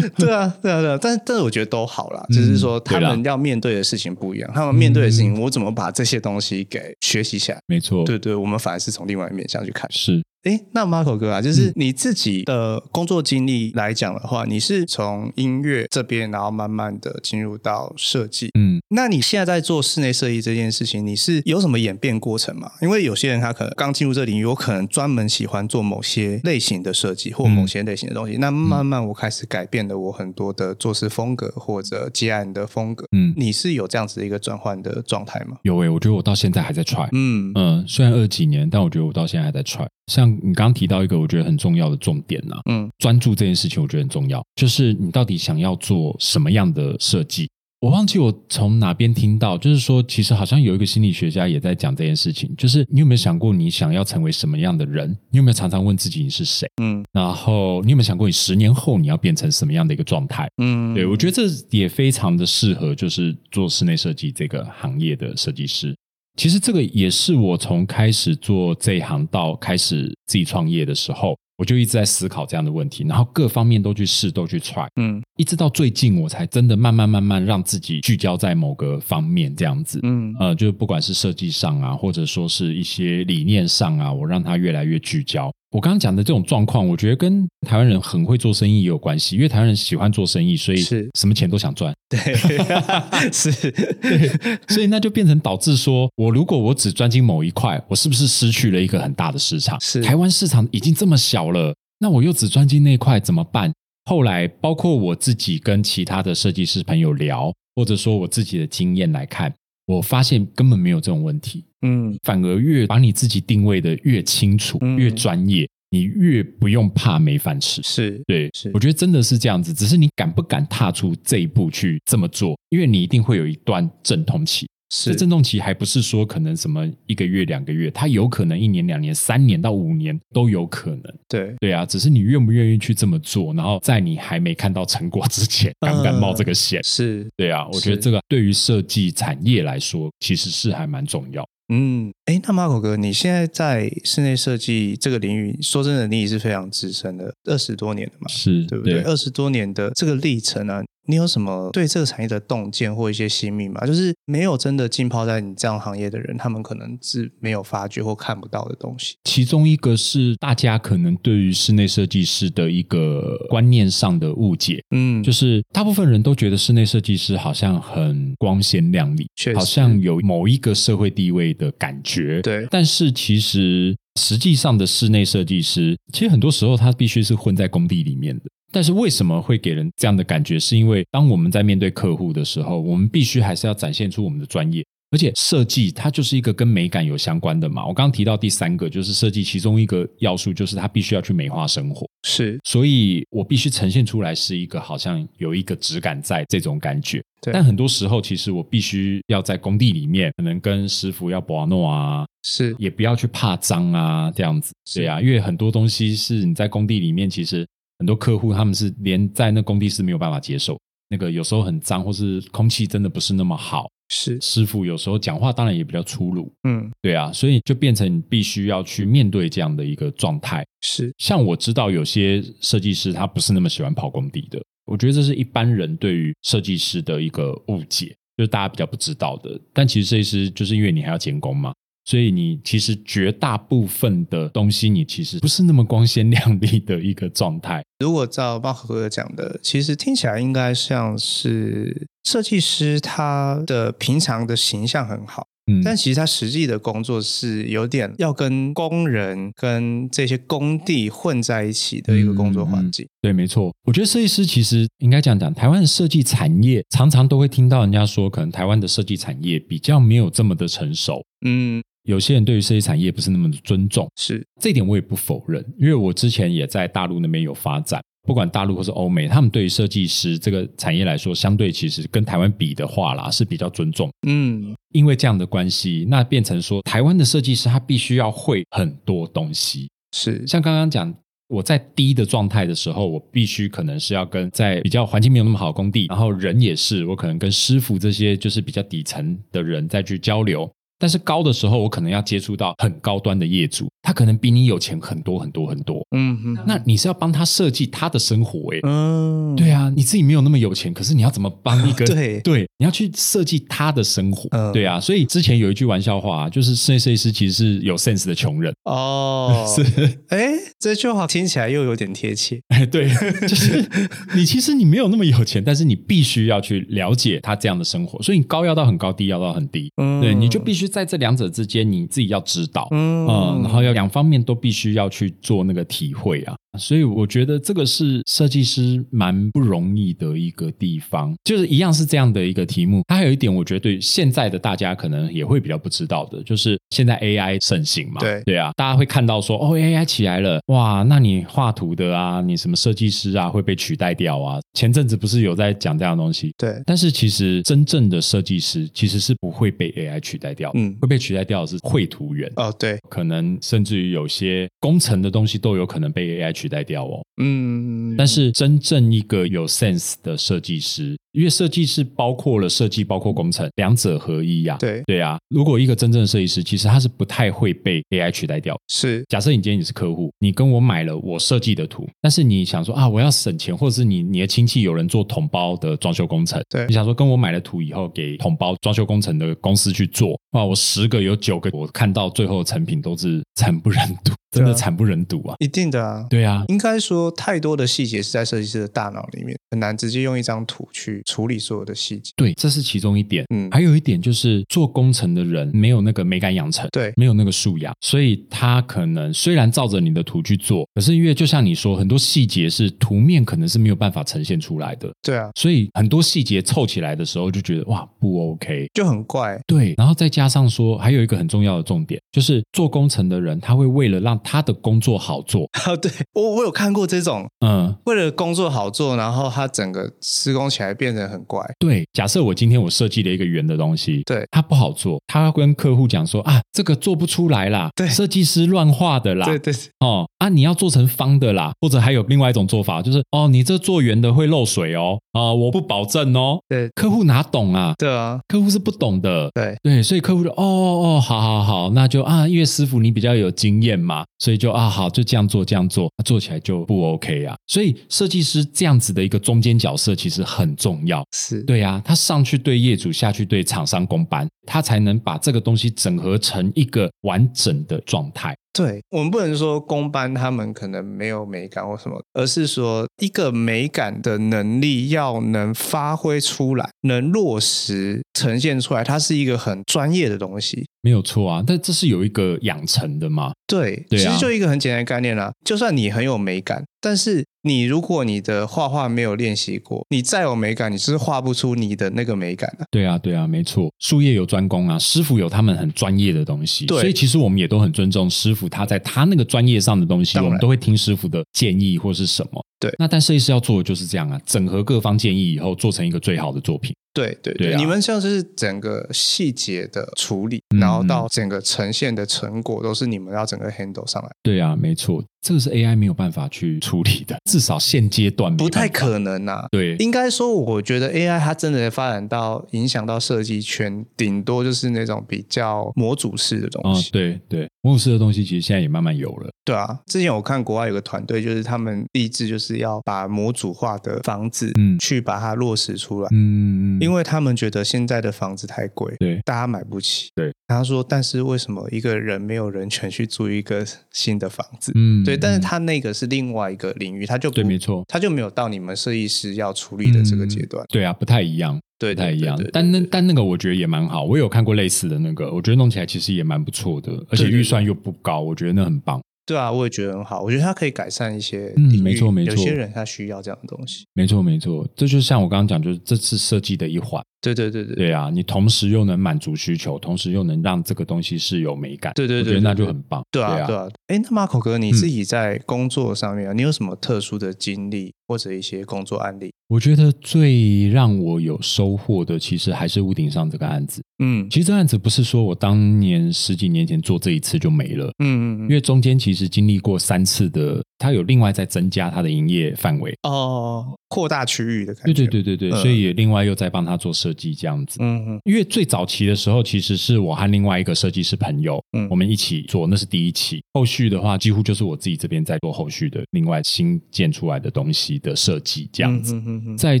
S2: 对啊，对啊，对啊。但但是我觉得都好啦，只是说
S1: 嗯
S2: 他
S1: 对啦啊嗯
S2: 们要面对的事情不一样，他们面对的事情，我怎么把这些东西给学习起来？
S1: 没错，
S2: 对对，我们反而是从另外一面向去看。
S1: 是，
S2: 诶，那 Marco 哥啊，
S1: 嗯
S2: 就是你自己的工作经历来讲的话，你是从音乐这边，然后慢慢的进入到设计。
S1: 嗯
S2: 那你现在在做室内设计这件事情，你是有什么演变过程吗？因为有些人他可能刚进入这领域，有可能专门喜欢做某些类型的设计或
S1: 嗯
S2: 某些类型的东西。那慢慢我开始改变了我很多的做事风格或者接案的风格。
S1: 嗯，
S2: 你是有这样子的一个转换的状态吗？
S1: 有诶、欸我觉得我到现在还在 try。
S2: 嗯
S1: 嗯，虽然二几年，但我觉得我到现在还在 try。像你刚刚提到一个我觉得很重要的重点呐、
S2: 嗯
S1: 专注这件事情，我觉得很重要，就是你到底想要做什么样的设计。我忘记我从哪边听到，就是说，其实好像有一个心理学家也在讲这件事情，就是你有没有想过你想要成为什么样的人？你有没有常常问自己你是谁？
S2: 嗯
S1: 然后你有没有想过你十年后你要变成什么样的一个状态？
S2: 嗯，
S1: 对我觉得这也非常的适合，就是做室内设计这个行业的设计师。其实这个也是我从开始做这一行到开始自己创业的时候，我就一直在思考这样的问题，然后各方面都去试，都去 try，
S2: 嗯
S1: 一直到最近我才真的慢慢慢慢让自己聚焦在某个方面这样子。
S2: 嗯
S1: 呃，就是不管是设计上啊，或者说是一些理念上啊，我让它越来越聚焦。我刚刚讲的这种状况，我觉得跟台湾人很会做生意也有关系，因为台湾人喜欢做生意，所以
S2: 是
S1: 什么钱都想赚，
S2: 对， 是，
S1: 所以那就变成导致说，我如果我只专精某一块，我是不是失去了一个很大的市场？
S2: 是
S1: 台湾市场已经这么小了，那我又只专精那块怎么办？后来，包括我自己跟其他的设计师朋友聊，或者说我自己的经验来看，我发现根本没有这种问题。
S2: 嗯
S1: 反而越把你自己定位的越清楚、
S2: 嗯
S1: 越专业，你越不用怕没饭吃。
S2: 是，
S1: 对
S2: 是，
S1: 我觉得真的是这样子，只是你敢不敢踏出这一步去这么做，因为你一定会有一段阵痛期。这
S2: 是
S1: 阵痛期还不是说可能什么一个月、两个月，它有可能一年、两年、三年到五年都有可能。
S2: 对，
S1: 对啊，只是你愿不愿意去这么做，然后在你还没看到成果之 前，敢不敢冒这个险？
S2: 是，
S1: 对啊，我觉得
S2: 是
S1: 这个对于设计产业来说，其实是还蛮重要。
S2: 嗯，哎，那 Marco 哥，你现在在室内设计这个领域，说真的，你也是非常资深的，二十多年了嘛，
S1: 是，
S2: 对不对？二十多年的这个历程啊，你有什么对这个产业的洞见或一些新密码？就是没有真的浸泡在你这样行业的人，他们可能是没有发觉或看不到的东西。
S1: 其中一个是大家可能对于室内设计师的一个观念上的误解，
S2: 嗯，
S1: 就是是大部分人都觉得室内设计师好像很光鲜亮丽，
S2: 确实
S1: 好像有某一个社会地位的感觉。
S2: 对
S1: 但是其实实际上的室内设计师，其实很多时候他必须是混在工地里面的。但是为什么会给人这样的感觉？是因为当我们在面对客户的时候，我们必须还是要展现出我们的专业。而且设计它就是一个跟美感有相关的嘛。我刚刚提到第三个，就是设计其中一个要素就是它必须要去美化生活，
S2: 是，
S1: 所以我必须呈现出来是一个好像有一个质感在这种感觉。
S2: 对，
S1: 但很多时候，其实我必须要在工地里面，可能跟师傅要把弄啊，
S2: 是
S1: 也不要去怕脏啊，这样子。对啊，因为很多东西是你在工地里面，其实很多客户他们是连在那工地是没有办法接受。那个有时候很脏，或是空气真的不是那么好，
S2: 是，
S1: 师傅有时候讲话当然也比较粗鲁，
S2: 嗯，
S1: 对啊，所以就变成你必须要去面对这样的一个状态。
S2: 是
S1: 像我知道有些设计师他不是那么喜欢跑工地的，我觉得这是一般人对于设计师的一个误解，就是大家比较不知道的。但其实设计师就是因为你还要监工嘛，所以你其实绝大部分的东西你其实不是那么光鲜亮丽的一个状态。
S2: 如果照巴赫哥讲的，其实听起来应该像是设计师他的平常的形象很好，
S1: 嗯，
S2: 但其实他实际的工作是有点要跟工人跟这些工地混在一起的一个工作环境。
S1: 对，没错。我觉得设计师其实应该这样讲，台湾的设计产业常常都会听到人家说，可能台湾的设计产业比较没有这么的成熟，
S2: 嗯
S1: 有些人对于设计产业不是那么的尊重，
S2: 是
S1: 这一点我也不否认，因为我之前也在大陆那边有发展。不管大陆或是欧美，他们对于设计师这个产业来说，相对其实跟台湾比的话啦，是比较尊重。
S2: 嗯
S1: 因为这样的关系，那变成说台湾的设计师他必须要会很多东西，
S2: 是
S1: 像刚刚讲，我在低的状态的时候，我必须可能是要跟在比较环境没有那么好的工地，然后人也是，我可能跟师傅这些就是比较底层的人再去交流。但是高的时候，我可能要接触到很高端的业主，他可能比你有钱很多很多很多。
S2: 嗯
S1: 那你是要帮他设计他的生活、欸，
S2: 嗯
S1: 对啊，你自己没有那么有钱，可是你要怎么帮一个
S2: 对
S1: 你要去设计他的生活，
S2: 嗯
S1: 对啊。所以之前有一句玩笑话、啊，就是室内设计师其实是有 sense 的穷人，
S2: 哦
S1: 是
S2: 哎，这句话听起来又有点贴切。
S1: 哎， 对，就是你其实你没有那么有钱，但是你必须要去了解他这样的生活，所以你高要到很高，低要到很低，
S2: 嗯
S1: 对，你就必须在这两者之间，你自己要知道，嗯
S2: 嗯
S1: 然后要两方面都必须要去做那个体会啊，所以我觉得这个是设计师蛮不容易的一个地方，就是一样是这样的一个题目。它还有一点，我觉得对现在的大家可能也会比较不知道的，就是现在 AI 盛行嘛，
S2: 对
S1: 对啊，大家会看到说哦，AI 起来了，哇，那你画图的啊，你什么设计师啊会被取代掉啊？前阵子不是有在讲这样的东西，
S2: 对
S1: 但是其实真正的设计师其实是不会被 AI 取代掉的，
S2: 嗯
S1: 会被取代掉的是绘图员。
S2: 哦对
S1: 可能甚至于有些工程的东西都有可能被 AI 取代掉哦。
S2: 嗯，
S1: 但是真正一个有 sense 的设计师，因为设计是包括了设计，包括工程，两者合一呀、
S2: 对
S1: 对啊，如果一个真正的设计师，其实他是不太会被 AI 取代掉的。
S2: 是
S1: 假设你今天你是客户，你跟我买了我设计的图，但是你想说啊，我要省钱，或者是你你的亲戚有人做统包的装修工程，
S2: 对
S1: 你想说跟我买了图以后给统包装修工程的公司去做，哇，我十个有九个我看到最后的成品都是惨不忍睹，真的
S2: 对啊
S1: 惨不忍睹啊！
S2: 一定的啊。
S1: 对啊，
S2: 应该说，太多的细节是在设计师的大脑里面，很难直接用一张图去处理所有的细节。
S1: 对，这是其中一点。
S2: 嗯，
S1: 还有一点就是做工程的人没有那个美感养成，
S2: 对
S1: 没有那个素养，所以他可能虽然照着你的图去做，可是因为就像你说，很多细节是图面可能是没有办法呈现出来的，
S2: 对啊，
S1: 所以很多细节凑起来的时候就觉得哇不 OK。
S2: 就很怪。
S1: 对，然后再加上说，还有一个很重要的重点，就是做工程的人，他会为了让他的工作好做，
S2: 啊，对我我有看过这种，
S1: 嗯，
S2: 为了工作好做，然后他整个施工起来变得很怪。
S1: 对。假设我今天我设计了一个圆的东西，
S2: 对
S1: 它不好做，他会跟客户讲说啊，这个做不出来啦，
S2: 对
S1: 设计师乱画的啦，
S2: 对对，
S1: 哦啊，你要做成方的啦，或者还有另外一种做法，就是哦，你这做圆的会漏水哦，啊、我不保证哦，
S2: 对
S1: 客户哪懂啊？
S2: 对啊，
S1: 客户是不懂的，
S2: 对
S1: 对，所以客户就哦哦，哦好好好，那就啊，因为师傅你比较有经验嘛，所以就啊好就这样做这样做，啊做起来就不 OK 啊。所以设计师这样子的一个中间角色其实很重要。
S2: 是
S1: 对呀、他上去对业主，下去对厂商公班，他才能把这个东西整合成一个完整的状态。
S2: 对，我们不能说工班他们可能没有美感或什么，而是说一个美感的能力要能发挥出来，能落实呈现出来，它是一个很专业的东西。
S1: 没有错啊，但这是有一个养成的嘛。
S2: 对，
S1: 对啊
S2: 其实就一个很简单的概念啦、就算你很有美感，但是你如果你的画画没有练习过，你再有美感，你是画不出你的那个美感的、
S1: 对啊，对啊，没错，术业有专攻啊，师傅有他们很专业的东西，
S2: 对
S1: 所以其实我们也都很尊重师傅他在他那个专业上的东西，
S2: 当
S1: 我
S2: 然
S1: 们都会听师傅的建议或是什么。
S2: 对
S1: 那但设计师要做的就是这样啊，整合各方建议以后，做成一个最好的作品。
S2: 对对
S1: 对啊
S2: 你们像是整个细节的处理，
S1: 嗯
S2: 然后到整个呈现的成果，都是你们要整个 handle 上来，
S1: 对啊，没错，这个是 AI 没有办法去处理的，至少现阶段没
S2: 不
S1: 办
S2: 太
S1: 法
S2: 可能呐、
S1: 对。
S2: 应该说，我觉得 AI 它真的发展到影响到设计圈，顶多就是那种比较模组式的东
S1: 啊、
S2: 西。
S1: 对对，模式的东西其实现在也慢慢有了。
S2: 对啊，之前我看国外有个团队，就是他们立志就是要把模组化的房子，
S1: 嗯
S2: 去把它落实出来，
S1: 嗯，
S2: 因
S1: 为
S2: 为他们觉得现在的房子太贵，
S1: 对
S2: 大家买不起。
S1: 对，
S2: 他说，但是为什么一个人没有人权去租一个新的房子？
S1: 嗯，
S2: 对，但是
S1: 嗯
S2: 他那个是另外一个领域，他就不
S1: 对，没错，
S2: 他就没有到你们设计师要处理的这个阶段
S1: 嗯。对啊，不太一样，
S2: 对，
S1: 不太一样
S2: 对对对。
S1: 但那
S2: 对
S1: 但那个我觉得也蛮好，我有看过类似的那个，我觉得弄起来其实也蛮不错的，而且
S2: 对对
S1: 预算又不高，我觉得那很棒。
S2: 对啊，我也觉得很好，我觉得它可以改善一些
S1: 嗯
S2: 领域
S1: 没错没错
S2: 有些人他需要这样的东西。
S1: 没错没错，这就像我刚刚讲，就是这次设计的一环。
S2: 对对对对
S1: 对啊，你同时又能满足需求，同时又能让这个东西是有美感。
S2: 对对
S1: 我
S2: 对
S1: 觉得
S2: 对
S1: 那就
S2: 对
S1: 很棒。
S2: 对啊，对啊。哎，那 Marco 哥，
S1: 嗯
S2: 你自己在工作上面啊，你有什么特殊的经历或者一些工作案例？
S1: 我觉得最让我有收获的，其实还是屋顶上这个案子。
S2: 嗯
S1: 其实这案子不是说我当年十几年前做这一次就没了，
S2: 嗯
S1: 因
S2: 嗯，
S1: 为中间其实经历过三次的，它有另外再增加它的营业范围。
S2: 哦，扩大区域的感
S1: 对
S2: 觉。
S1: 对对对对，
S2: 嗯
S1: 所以也另外又在帮他做设计这样子。
S2: 嗯，嗯
S1: 因为最早期的时候，其实是我和另外一个设计师朋友，
S2: 嗯
S1: 我们一起做，那是第一期。后续的话，几乎就是我自己这边在做后续的另外新建出来的东西的设计这样子。
S2: 嗯嗯嗯嗯
S1: 在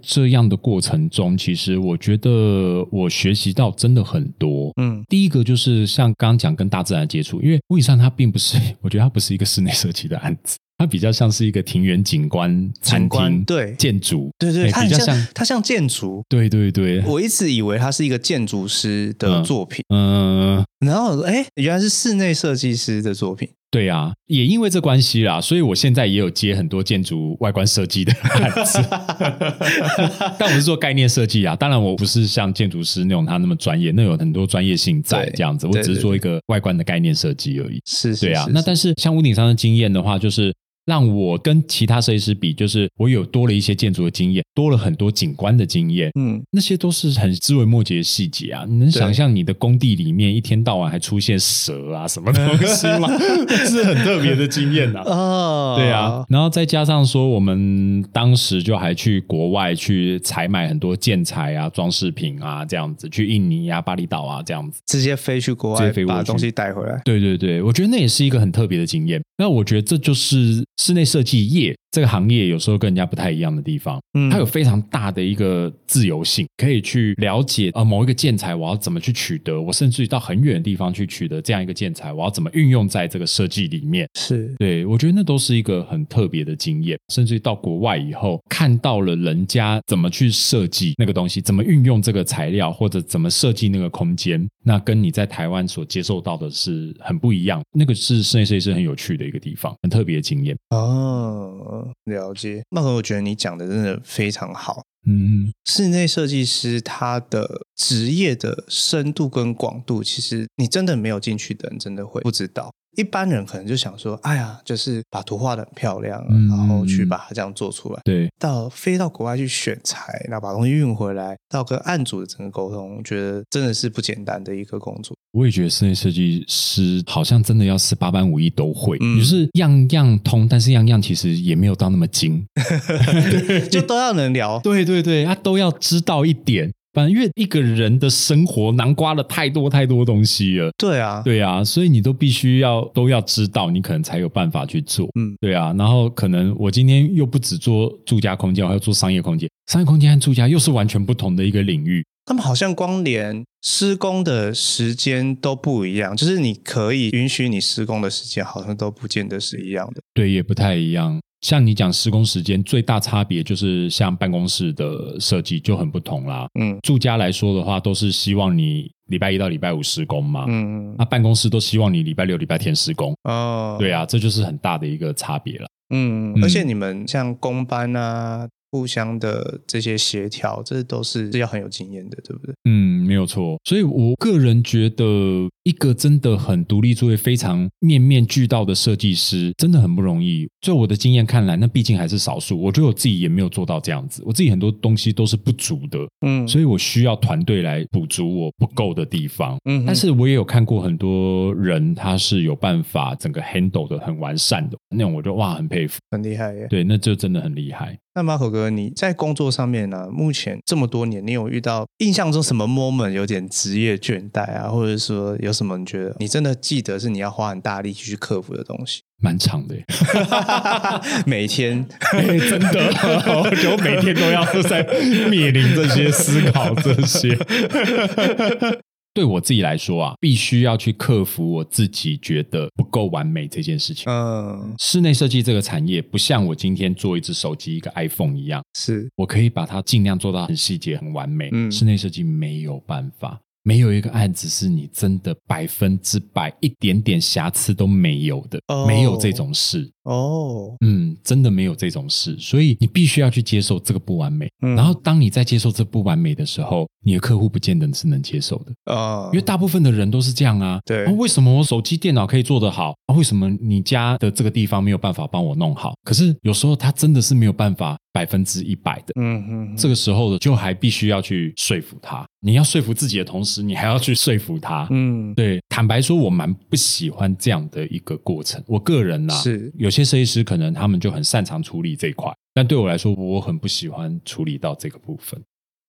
S1: 这样的过程中，其实我觉得我学习到真的很多。
S2: 嗯，
S1: 第一个就是像刚刚讲跟大自然的接触，因为物理上它并不是， 我觉得它不是一个室内设计的案子，它比较像是一个庭园景观、餐
S2: 景观
S1: 厅、
S2: 对
S1: 建筑，
S2: 对对，
S1: 哎
S2: 它
S1: 比
S2: 很
S1: 较
S2: 像
S1: 像，
S2: 它像建筑。
S1: 对对对，
S2: 我一直以为它是一个建筑师的
S1: 嗯
S2: 作品，
S1: 嗯、
S2: 然后哎，原来是室内设计师的作品。
S1: 对啊，也因为这关系啦，所以我现在也有接很多建筑外观设计的案子， 但我是做概念设计啊。当然，我不是像建筑师那种他那么专业，那有很多专业性在
S2: 对
S1: 这样子，我
S2: 对
S1: 只是
S2: 对
S1: 做一个外观的概念设计而已。
S2: 是是
S1: 对啊
S2: 是，
S1: 那
S2: 是
S1: 但是像屋顶上的经验的话，就是让我跟其他设计师比，就是我有多了一些建筑的经验，多了很多景观的经验。
S2: 嗯，
S1: 那些都是很枝微末节的细节啊！你能
S2: 对
S1: 想象你的工地里面一天到晚还出现蛇啊什么东西 吗？这是很特别的经验呐、
S2: 哦，
S1: 对啊，，然后再加上说，我们当时就还去国外去采买很多建材啊、装饰品啊，这样子去印尼啊、巴厘岛啊这样子。
S2: 直接飞去国
S1: 直
S2: 外
S1: 接飞过
S2: 把
S1: 去
S2: 东西带回来。
S1: 对对对，我觉得那也是一个很特别的经验。那我觉得这就是室内设计业这个行业有时候跟人家不太一样的地方，
S2: 嗯
S1: 它有非常大的一个自由性，可以去了解呃某一个建材我要怎么去取得，我甚至于到很远的地方去取得这样一个建材，我要怎么运用在这个设计里面。
S2: 是
S1: 对，我觉得那都是一个很特别的经验，甚至于到国外以后，看到了人家怎么去设计那个东西，怎么运用这个材料，或者怎么设计那个空间，那跟你在台湾所接受到的是很不一样。那个是室内设计师很有趣的一个地方，很特别的经验。
S2: 哦，了解。那我觉得你讲的真的非常好。
S1: 嗯，
S2: 室内设计师他的职业的深度跟广度，其实你真的没有进去的人真的会不知道。一般人可能就想说，哎呀，就是把图画的很漂亮啊，
S1: 嗯
S2: 然后去把它这样做出来。
S1: 对，
S2: 到飞到国外去选材，然后把东西运回来，到跟案主的整个沟通，我觉得真的是不简单的一个工作。
S1: 我也觉得室内设计师好像真的要十八般武艺都会，
S2: 嗯
S1: 就是样样通，但是样样其实也没有到那么精。
S2: 就都要能聊。
S1: 对对对，他都要知道一点。反正因为一个人的生活囊括了太多太多东西了，
S2: 对啊，
S1: 对啊，所以你都必须要都要知道，你可能才有办法去做。
S2: 嗯，
S1: 对啊，然后可能我今天又不只做住家空间，我还要做商业空间。商业空间和住家又是完全不同的一个领域。
S2: 他们好像光连施工的时间都不一样，就是你可以允许你施工的时间好像都不见得是一样的。
S1: 对，也不太一样。像你讲施工时间，最大差别就是像办公室的设计就很不同啦。
S2: 嗯
S1: 住家来说的话，都是希望你礼拜一到礼拜五施工嘛。
S2: 嗯
S1: 那办公室都希望你礼拜六、礼拜天施工。
S2: 哦，
S1: 对啊，这就是很大的一个差别了。
S2: 嗯，
S1: 嗯
S2: 而且你们像公班啊，互相的这些协调，这都是要很有经验的，对不对？
S1: 嗯，没有错。所以我个人觉得，一个真的很独立作业、非常面面俱到的设计师，真的很不容易。就我的经验看来，那毕竟还是少数。我觉得我自己也没有做到这样子，我自己很多东西都是不足的，
S2: 嗯
S1: 所
S2: 以
S1: 以我需要团队来补足我不够的地方。
S2: 嗯哼，
S1: 但是我也有看过很多人，他是有办法整个 handle 的很完善的那种，我就哇很佩服。
S2: 很厉害耶。
S1: 对，那就真的很厉害。
S2: 那马可哥，你在工作上面呢、目前这么多年，你有遇到印象中什么 moment 有点职业倦怠啊，或者说有什么你觉得你真的记得是你要花很大力气去克服的东西？
S1: 蛮长 的耶，
S2: 每天，
S1: 欸真的，我觉得我每天都要在面临这些、思考这 些。对我自己来说啊，必须要去克服我自己觉得不够完美这件事情。
S2: 嗯，
S1: 室内设计这个产业，不像我今天做一只手机、一个 iPhone 一样，
S2: 是，
S1: 我可以把它尽量做到很细节、很完美。
S2: 嗯
S1: 室内设计没有办法，没有一个案子是你真的百分之百一点点瑕疵都没有的，
S2: 哦
S1: 没有这种事。
S2: 哦，
S1: 嗯，真的没有这种事，所以你必须要去接受这个不完美。
S2: 嗯
S1: 然后，当你在接受这不完美的时候，你的客户不见得是能接受的，
S2: 啊，
S1: 因为大部分的人都是这样啊。
S2: 对
S1: 啊为什么我手机、电脑可以做得好、啊？为什么你家的这个地方没有办法帮我弄好？可是有时候他真的是没有办法百分之一百的。
S2: 嗯嗯，
S1: 这个时候的就还必须要去说服他，你要说服自己的同时，你还要去说服他。
S2: 嗯，
S1: 对，坦白说，我蛮不喜欢这样的一个过程。我个人呐、
S2: 是
S1: 有些设计师可能他们就很擅长处理这一块，但对我来说，我很不喜欢处理到这个部分。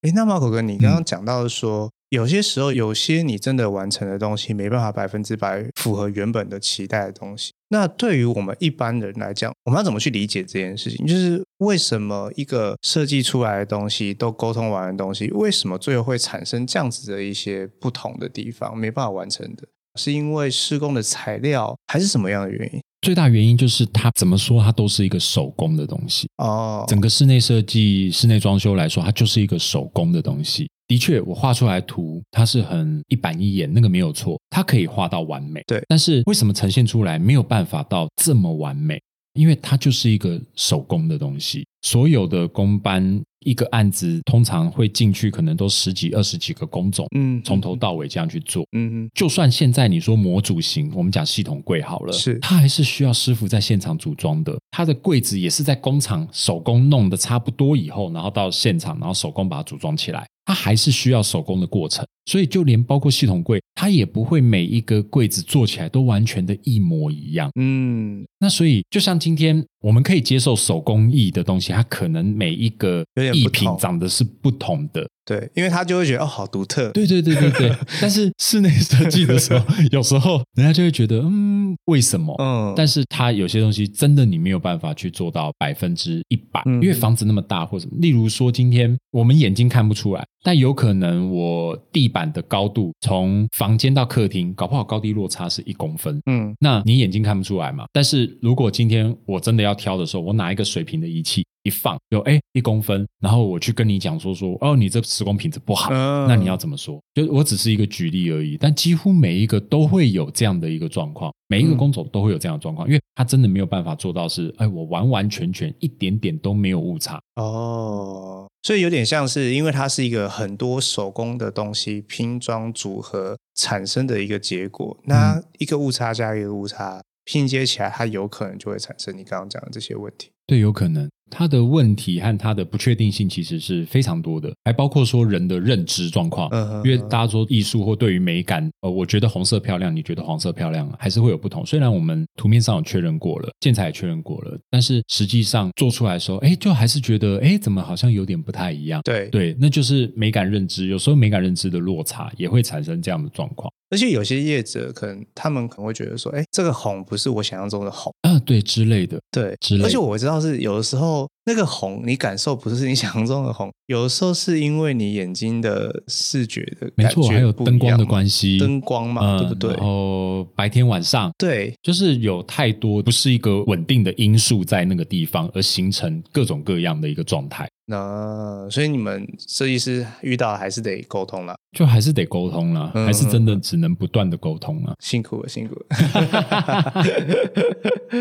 S2: 哎，那马可哥，
S1: 嗯
S2: 你刚刚讲到说，有些时候有些你真的完成的东西没办法百分之百符合原本的期待的东西。那对于我们一般人来讲，我们要怎么去理解这件事情？就是为什么一个设计出来的东西，都沟通完的东西，为什么最后会产生这样子的一些不同的地方，没办法完成的？是因为施工的材料，还是什么样的原因？
S1: 最大原因就是它怎么说，它都是一个手工的东西。
S2: 哦，
S1: 整个室内设计、室内装修来说，它就是一个手工的东西。的确，我画出来的图它是很一板一眼，那个没有错，它可以画到完美。
S2: 对
S1: 但是为什么呈现出来没有办法到这么完美？因为它就是一个手工的东西。所有的工班一个案子通常会进去，可能都十几、二十几个工种，
S2: 嗯，
S1: 从头到尾这样去做。
S2: 嗯，嗯
S1: 就算现在你说模组型，我们讲系统柜好了，
S2: 是
S1: 它还是需要师傅在现场组装的。它的柜子也是在工厂手工弄的差不多以后，然后到现场，然后手工把它组装起来，它还是需要手工的过程。所以就连包括系统柜，它也不会每一个柜子做起来都完全的一模一样。
S2: 嗯，
S1: 那所以就像今天我们可以接受手工艺的东西，它可能每一个
S2: 有点
S1: 艺
S2: 不
S1: 品
S2: 同
S1: 长得是不同的，
S2: 对，因为他就会觉得哦，好独特，
S1: 对对对对对，但是室内设计的时候，有时候人家就会觉得，嗯，为什么？
S2: 嗯，
S1: 但是它有些东西真的你没有办法去做到百分之一百，
S2: 嗯
S1: 因为房子那么大或什么。例如说，今天我们眼睛看不出来，但有可能我地板的高度从房间到客厅，搞不好高低落差是一公分。
S2: 嗯
S1: 那你眼睛看不出来嘛？但是如果今天我真的要挑的时候，我拿一个水平的仪器一放，有哎一公分，然后我去跟你讲说说，哦，你这施工品质不好，
S2: 嗯，
S1: 那你要怎么说？就我只是一个举例而已，但几乎每一个都会有这样的一个状况，每一个
S2: 嗯
S1: 工种都会有这样的状况，因为他真的没有办法做到是，哎，我完完全全一点点都没有误差。
S2: 哦，所以有点像是，因为它是一个很多手工的东西
S1: 嗯
S2: 拼装组合产生的一个结果，那一个误差加一个误差拼接起来，它有可能就会产生你刚刚讲的这些问题。
S1: 对，有可能它的问题和它的不确定性其实是非常多的，还包括说人的认知状况。
S2: 嗯哼
S1: 因为大家说艺术或对于美感，呃，我觉得红色漂亮，你觉得黄色漂亮，还是会有不同。虽然我们图面上有确认过了，建材也确认过了，但是实际上做出来的时候，哎，就还是觉得，哎，怎么好像有点不太一样？
S2: 对
S1: 对，那就是美感认知，有时候美感认知的落差也会产生这样的状况。
S2: 而且有些业者可能他们可能会觉得说，哎，这个红不是我想象中的红，
S1: 啊，对之类的，
S2: 对
S1: 之类，的
S2: 而且我知道是有的时候那个红你感受不是你想象中的红，有的时候是因为你眼睛的视觉的
S1: 没
S2: 感
S1: 错，
S2: 觉
S1: 还有
S2: 不一
S1: 灯光
S2: 样
S1: 的
S2: 嘛
S1: 关系，
S2: 灯光嘛，
S1: 嗯
S2: 对不对
S1: 然？后白天晚上，
S2: 对，
S1: 就是有太多不是一个稳定的因素在那个地方，而形成各种各样的一个状态，
S2: 那所以你们设计师遇到还是得沟通啦，
S1: 就还是得沟通啦，
S2: 嗯
S1: 还是真的只能不断的沟通啊 了。
S2: 辛苦了，辛苦了。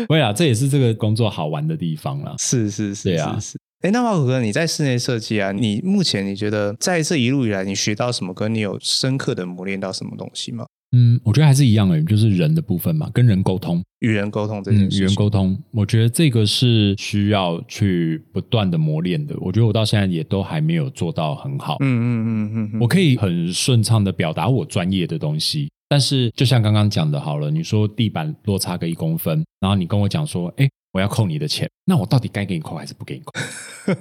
S1: 对啊，这也是这个工作好玩的地方啦。
S2: 是是是，
S1: 对啊
S2: 是是。哎，那马可哥，你在室内设计啊，你目前你觉得在这一路以来，你学到什么？跟你有深刻的磨练到什么东西吗？
S1: 嗯，我觉得还是一样的，就是人的部分嘛，跟人沟通，
S2: 与人沟通这
S1: 嗯
S2: 件事，情，
S1: 与人沟通，我觉得这个是需要去不断的磨练的。我觉得我到现在也都还没有做到很好。
S2: 嗯，嗯嗯嗯嗯，
S1: 我可以很顺畅的表达我专业的东西，但是就像刚刚讲的，好了，你说地板落差个一公分，然后你跟我讲说，哎，我要扣你的钱，那我到底该给你扣还是不给你扣？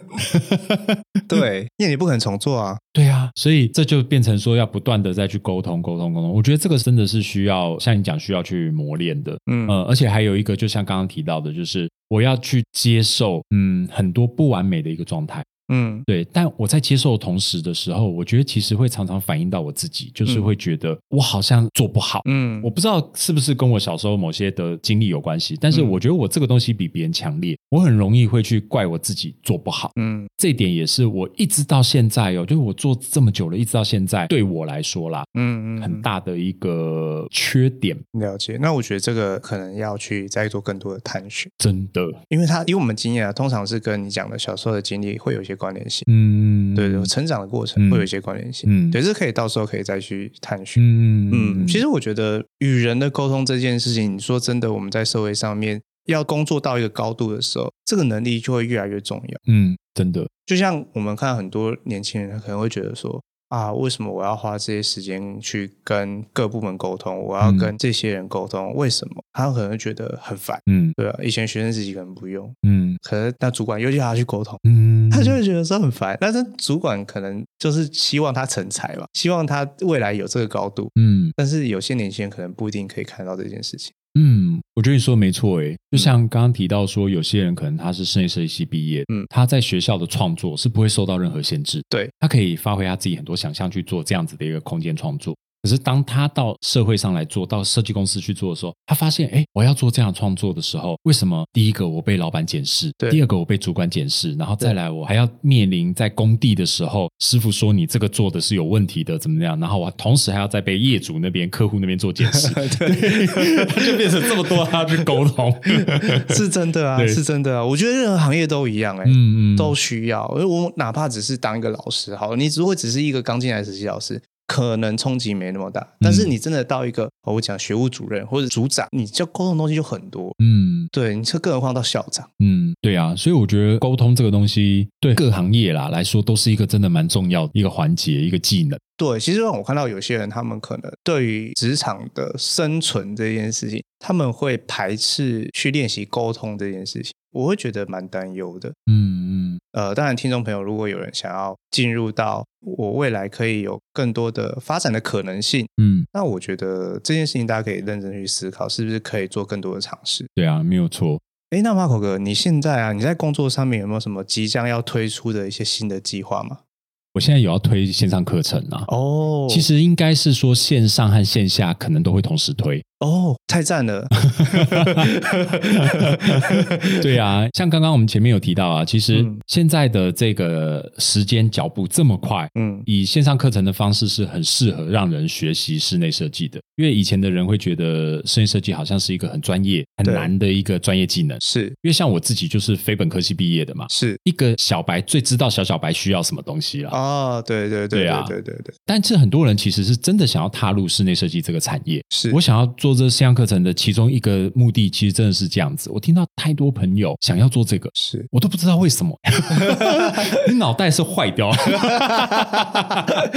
S2: 对，因为你不肯重做啊，
S1: 对啊，所以这就变成说要不断的再去沟通、沟通、沟通。我觉得这个真的是需要像你讲，需要去磨练的。
S2: 嗯
S1: 呃，而且还有一个，就像刚刚提到的，就是我要去接受，嗯，很多不完美的一个状态。
S2: 嗯
S1: 对，但我在接受的同时的时候，我觉得其实会常常反映到我自己，就是
S2: 嗯
S1: 会觉得我好像做不好。
S2: 嗯，
S1: 我不知道是不是跟我小时候某些的经历有关系，但是
S2: 嗯
S1: 我觉得我这个东西比别人强烈，我很容易会去怪我自己做不好。
S2: 嗯
S1: 这一点也是我一直到现在哦，就是我做这么久了，一直到现在，对我来说啦，
S2: 嗯嗯
S1: 很大的一个缺点，
S2: 了解。那我觉得这个可能要去再做更多的探寻，
S1: 真的，
S2: 因为他以我们经验啊，通常是跟你讲的小时候的经历会有一些关联性，
S1: 嗯，
S2: 对对，成长的过程
S1: 嗯
S2: 会有一些关联性，
S1: 嗯
S2: 对，这可以到时候可以再去探寻。
S1: 嗯
S2: 嗯，其实我觉得与人的沟通这件事情，你说真的，我们在社会上面要工作到一个高度的时候，这个能力就会越来越重要。
S1: 嗯，真的，
S2: 就像我们看很多年轻人，他可能会觉得说啊，为什么我要花这些时间去跟各部门沟通？我要
S1: 嗯
S2: 跟这些人沟通，为什么？他可能会觉得很烦。
S1: 嗯
S2: 对啊，以前学生时期可能不用，
S1: 嗯
S2: 可是那主管又叫他去沟通，
S1: 嗯，
S2: 他就会觉得说很烦。但是主管可能就是希望他成才吧，希望他未来有这个高度。
S1: 嗯。
S2: 但是有些年轻人可能不一定可以看到这件事情。
S1: 嗯，我觉得你说的没错诶，
S2: 嗯
S1: 就像刚刚提到说，有些人可能他是室内设计系毕业，嗯
S2: 嗯，
S1: 他在学校的创作是不会受到任何限制，
S2: 对，
S1: 他可以发挥他自己很多想象去做这样子的一个空间创作。可是当他到社会上来做，到设计公司去做的时候，他发现，哎，我要做这样的创作的时候，为什么第一个我被老板检视，
S2: 对
S1: 第二个我被主管检视，然后再来我还要面临在工地的时候，师傅说你这个做的是有问题的，怎么样？然后我同时还要再被业主那边、客户那边做检 视， 对，他 就变成这么多，他要去沟通。
S2: 是真的啊，
S1: 对
S2: 是真的啊。我觉得任何行业都一样、欸，哎、
S1: 嗯嗯，
S2: 都需要。因为我哪怕只是当一个老师，好了，你如果只是一个刚进来的实习老师，可能冲击没那么
S1: 嗯
S2: 大。但是你真的到一个，哦我讲学务主任或者组长，你就沟通的东西就很多。
S1: 嗯
S2: 对，你这更何况到校长，
S1: 嗯，对啊，所以我觉得沟通这个东西对各行业啦来说，都是一个真的蛮重要的一个环节，一个技能。
S2: 对，其实让我看到有些人，他们可能对于职场的生存这件事情，他们会排斥去练习沟通这件事情，我会觉得蛮担忧的。
S1: 嗯嗯
S2: 呃，当然，听众朋友，如果有人想要进入到我未来可以有更多的发展的可能性，
S1: 嗯，
S2: 那我觉得这件事情大家可以认真去思考，是不是可以做更多的尝试。
S1: 对啊，没有错。
S2: 诶，那马口哥，你现在啊，你在工作上面有没有什么即将要推出的一些新的计划吗？
S1: 我现在有要推线上课程啊。
S2: 哦
S1: 其实应该是说线上和线下可能都会同时 推，
S2: 哦，太赞了，
S1: 对啊，像刚刚我们前面有提到啊，其实
S2: 嗯
S1: 现在的这个时间脚步这么快，
S2: 嗯，
S1: 以线上课程的方式是很适合让人学习室内设计的，因为以前的人会觉得室内设计好像是一个很专业、很
S2: 对
S1: 难的一个专业技能。
S2: 是
S1: 因为像我自己就是非本科系毕业的嘛，
S2: 是
S1: 一个小白最知道小小白需要什么东西了。
S2: 啊、哦，对对
S1: 对
S2: 对
S1: 啊
S2: 对对对对，
S1: 但是很多人其实是真的想要踏入室内设计这个产业。
S2: 是
S1: 我想要做这线上课程的其中一个目的，其实真的是这样子。我听到太多朋友想要做这个，
S2: 是
S1: 我都不知道为什么。 你脑袋是坏掉了，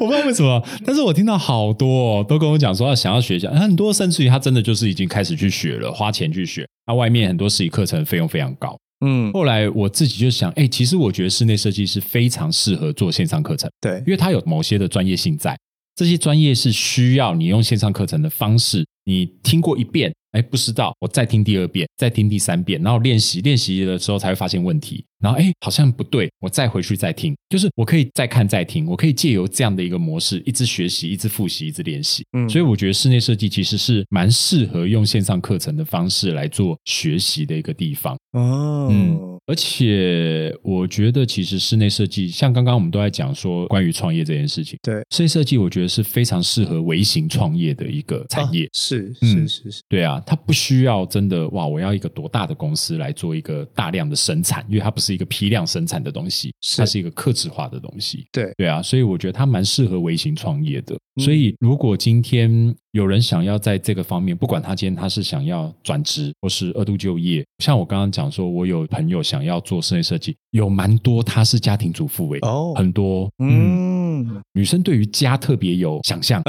S1: 我不知道为什么。但是我听到好多、哦、都跟我讲说，啊想要学一下，很多甚至于他真的就是已经开始去学了，花钱去学。那、外面很多实体课程费用非常高。
S2: 嗯，
S1: 后来我自己就想，哎，其实我觉得室内设计是非常适合做线上课程。
S2: 对
S1: 因为它有某些的专业性在，这些专业是需要你用线上课程的方式，你听过一遍，哎，不知道，我再听第二遍，再听第三遍，然后练习练习的时候才会发现问题，然后哎，好像不对，我再回去再听，就是我可以再看再听，我可以借由这样的一个模式，一直学习，一直复习，一直练习。
S2: 嗯
S1: 所以我觉得室内设计其实是蛮适合用线上课程的方式来做学习的一个地方。
S2: 哦，
S1: 嗯而且我觉得，其实室内设计，像刚刚我们都在讲说关于创业这件事情，
S2: 对
S1: 室内设计，我觉得是非常适合微型创业的一个产业。
S2: 啊是
S1: 嗯
S2: 是是是，
S1: 对啊，它不需要真的哇，我要一个多大的公司来做一个大量的生产，因为它不是一个批量生产的东西，
S2: 是
S1: 它是一个客制化的东西。
S2: 对
S1: 对啊，所以我觉得它蛮适合微型创业的。
S2: 嗯
S1: 所以如果今天有人想要在这个方面，不管他今天他是想要转职或是二度就业，像我刚刚讲说，我有朋友想要做室内设计，有蛮多他是家庭主妇诶、
S2: 哦，
S1: 很多嗯
S2: 嗯，
S1: 女生对于家特别有想 象，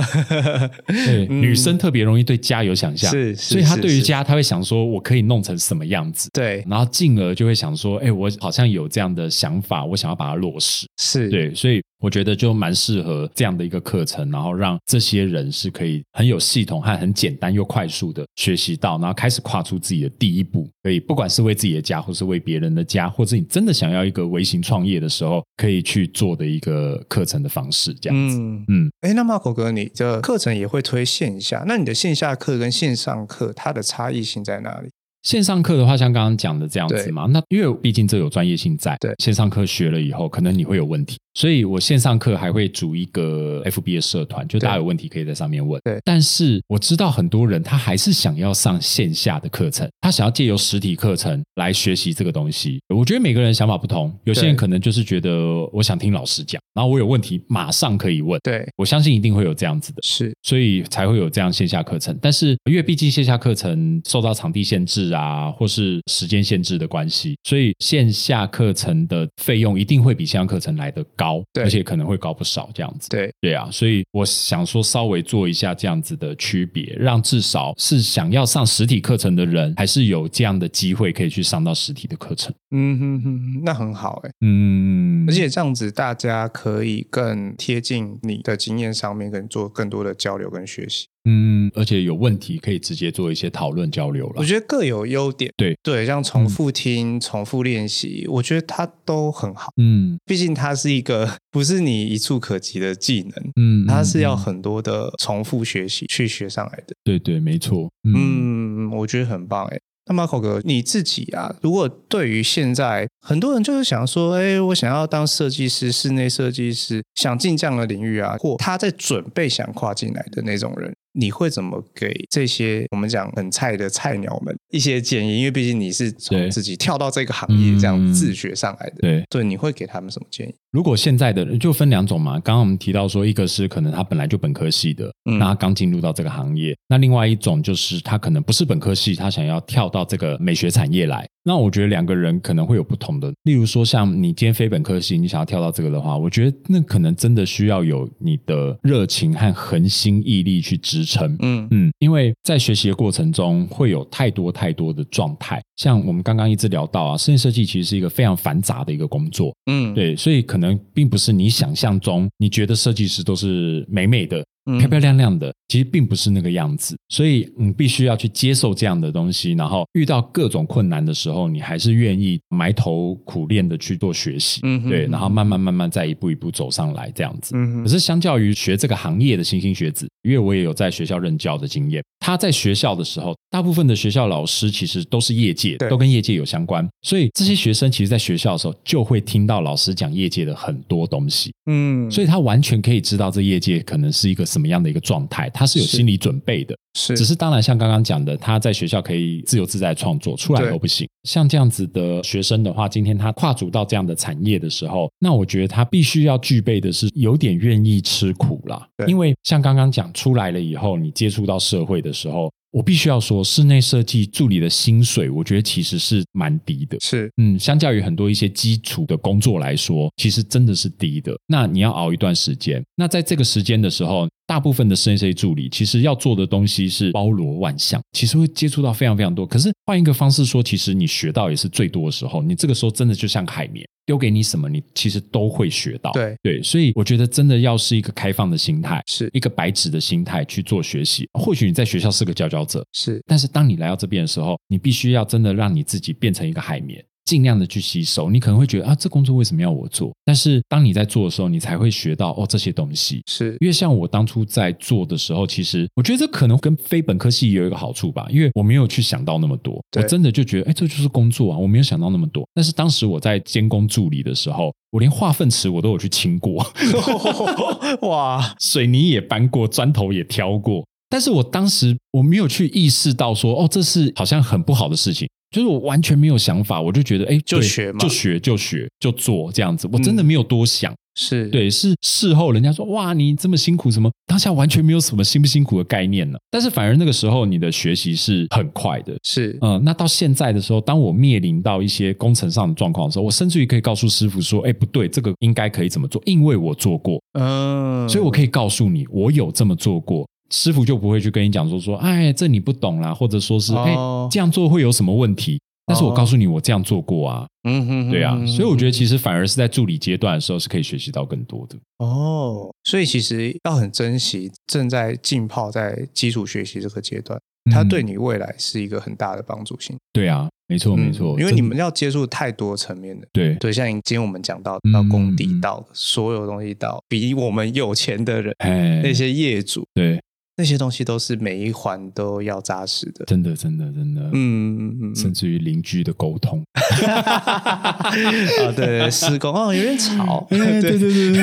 S1: 对，
S2: 嗯
S1: 女生特别容易对家有想象，
S2: 是，
S1: 所
S2: 所
S1: 以她对于家，她会想说，我可以弄成什么样子，
S2: 对
S1: 然后进而就会想说，哎，我好像有这样的想法，我想要把它落实。
S2: 是，
S1: 对，所以我觉得就蛮适合这样的一个课程，然后让这些人是可以很有系统和很简单又快速的学习到，然后开始跨出自己的第一步。可以，不管是为自己的家，或是为别人的家，或者你真的想要一个微型创业的时候，可以去做的一个课程的方式，这样子。
S2: 嗯
S1: 嗯
S2: 嗯，哎，那 Marco 哥，你的课程也会推线下，那你的线下课跟线上课它的差异性在哪里？
S1: 线上课的话，像刚刚讲的这样子
S2: 对
S1: 嘛，那因为毕竟这有专业性在，
S2: 对
S1: 线上课学了以后，可能你会有问题，所以我线上课还会组一个 FB 的社团，就大家有问题可以在上面问。
S2: 对
S1: 但是我知道很多人他还是想要上线下的课程，他想要借由实体课程来学习这个东西。我觉得每个人想法不同，有些人
S2: 对
S1: 可能就是觉得我想听老师讲，然后我有问题马上可以问。
S2: 对，
S1: 我相信一定会有这样子的，
S2: 是，
S1: 所以才会有这样线下课程。但是因为毕竟线下课程受到场地限制啊，或是时间限制的关系，所以线下课程的费用一定会比线上课程来的高，
S2: 对
S1: 而且可能会高不少这样子。
S2: 对，
S1: 对啊，所以我想说稍微做一下这样子的区别，让至少是想要上实体课程的人，还是有这样的机会可以去上到实体的课程。
S2: 嗯哼哼哼，那很好哎，
S1: 嗯，
S2: 而且这样子大家可以更贴近你的经验上面，跟做更多的交流跟学习。
S1: 嗯，而且有问题可以直接做一些讨论交流了
S2: 我。觉得各有优点，
S1: 对嗯
S2: 对，像重复听、重复练习，我觉得它都很好。
S1: 嗯
S2: 毕竟它是一个不是你一触可及的技能，
S1: 嗯，
S2: 它是要
S1: 嗯
S2: 很多的重复学习去学上来的。
S1: 对对，没错。嗯
S2: 嗯，我觉得很棒哎。那 Marco 哥，你自己啊，如果对于现在很多人就是想说，哎，我想要当设计师、室内设计师，想进这样的领域啊，或他在准备想跨进来的那种人，你会怎么给这些我们讲很菜的菜鸟们一些建议？因为毕竟你是
S1: 对
S2: 从自己跳到这个行业这
S1: 嗯
S2: 样自学上来的，
S1: 对，
S2: 对，你会给他们什么建议？
S1: 如果现在的人就分两种嘛，刚刚我们提到说，一个是可能他本来就本科系的，
S2: 嗯
S1: 那他刚进入到这个行业；那另外一种就是他可能不是本科系，他想要跳到这个美学产业来。那我觉得两个人可能会有不同的，例如说像你今天非本科系，你想要跳到这个的话，我觉得那可能真的需要有你的热情和恒心毅力去支撑。
S2: 嗯
S1: 嗯，因为在学习的过程中会有太多太多的状态，像我们刚刚一直聊到啊，室内设计其实是一个非常繁杂的一个工作，
S2: 嗯，
S1: 对，所以可能并不是你想象中，你觉得设计师都是美美的、
S2: 嗯，
S1: 漂漂亮亮的，其实并不是那个样子。所以你必须要去接受这样的东西，然后遇到各种困难的时候，你还是愿意埋头苦练的去做学习，
S2: 嗯哼
S1: 对，然后慢慢慢慢再一步一步走上来这样子。可
S2: 嗯哼，
S1: 是相较于学这个行业的新兴学子，因为我也有在学校任教的经验，他在学校的时候，大部分的学校老师其实都是业界，
S2: 对
S1: 都跟业界有相关，所以这些学生其实在学校的时候就会听到老师讲业界的很多东西，
S2: 嗯，
S1: 所以他完全可以知道这业界可能是一个什么样的一个状态，他是有
S2: 是
S1: 心理准备的。
S2: 是
S1: 只是当然，像刚刚讲的，他在学校可以自由自在创作，出来
S2: 对
S1: 都不行。像这样子的学生的话，今天他跨足到这样的产业的时候，那我觉得他必须要具备的是有点愿意吃苦啦。
S2: 对
S1: 因为像刚刚讲出来了以后，你接触到社会的时候，我必须要说，室内设计助理的薪水，我觉得其实是蛮低的。
S2: 是
S1: 嗯，相较于很多一些基础的工作来说，其实真的是低的。那你要熬一段时间，那在这个时间的时候，大部分的深 C 助理其实要做的东西是包罗万象，其实会接触到非常非常多。可是换一个方式说，其实你学到也是最多的时候，你这个时候真的就像海绵，丢给你什么，你其实都会学到。
S2: 对
S1: 对，所以我觉得真的要是一个开放的心态，
S2: 是
S1: 一个白纸的心态去做学习。或许你在学校是个佼佼者，
S2: 是
S1: 但是当你来到这边的时候，你必须要真的让你自己变成一个海绵，尽量的去吸收。你可能会觉得啊，这工作为什么要我做？但是当你在做的时候，你才会学到哦这些东西。
S2: 是
S1: 因为像我当初在做的时候，其实我觉得这可能跟非本科系也有一个好处吧，因为我没有去想到那么多，我
S2: 对
S1: 真的就觉得，哎，这就是工作啊，我没有想到那么多。但是当时我在监工助理的时候，我连化粪池我都有去清过，
S2: 哇，
S1: 水泥也搬过，砖头也挑过，但是我当时我没有去意识到说，哦，这是好像很不好的事情，就是我完全没有想法，我就觉得，哎，
S2: 就
S1: 对
S2: 学嘛
S1: 就学，就学，就做这样子，我真的没有多想。
S2: 是
S1: 对，是事后人家说，哇，你这么辛苦，什么当下完全没有什么辛不辛苦的概念呢、但是反而那个时候你的学习是很快的，
S2: 是
S1: 嗯，那到现在的时候，当我面临到一些工程上的状况的时候，我甚至于可以告诉师傅说，哎，不对，这个应该可以怎么做，因为我做过，
S2: 嗯，
S1: 所以我可以告诉你，我有这么做过。师傅就不会去跟你讲说说，哎，这你不懂啦，或者说是哎、
S2: 哦
S1: 这样做会有什么问题？但是我告诉你，我这样做过啊，
S2: 嗯哼
S1: 对啊，所以我觉
S2: 得
S1: 得其实反而是在助理阶段的时候是可以学习到更多的。
S2: 哦，所以其实要很珍惜正在浸泡在基础学习这个阶段，它
S1: 嗯
S2: 对你未来是一个很大的帮助性。
S1: 对啊，没错没
S2: 嗯
S1: 错，
S2: 因为
S1: 真
S2: 你
S1: 的
S2: 们要接触太多层面的。
S1: 对
S2: 对，像今天我们讲到
S1: 嗯
S2: 到工地
S1: 嗯
S2: 到所有东西到比我们有钱的人，
S1: 哎
S2: 那些业主，
S1: 对，
S2: 那些东西都是每一环都要扎实的。
S1: 真的真的真的，
S2: 嗯，嗯嗯嗯
S1: 甚至于邻居的沟 通，
S2: 啊，对，施工哦，有点吵。
S1: 哎 对对对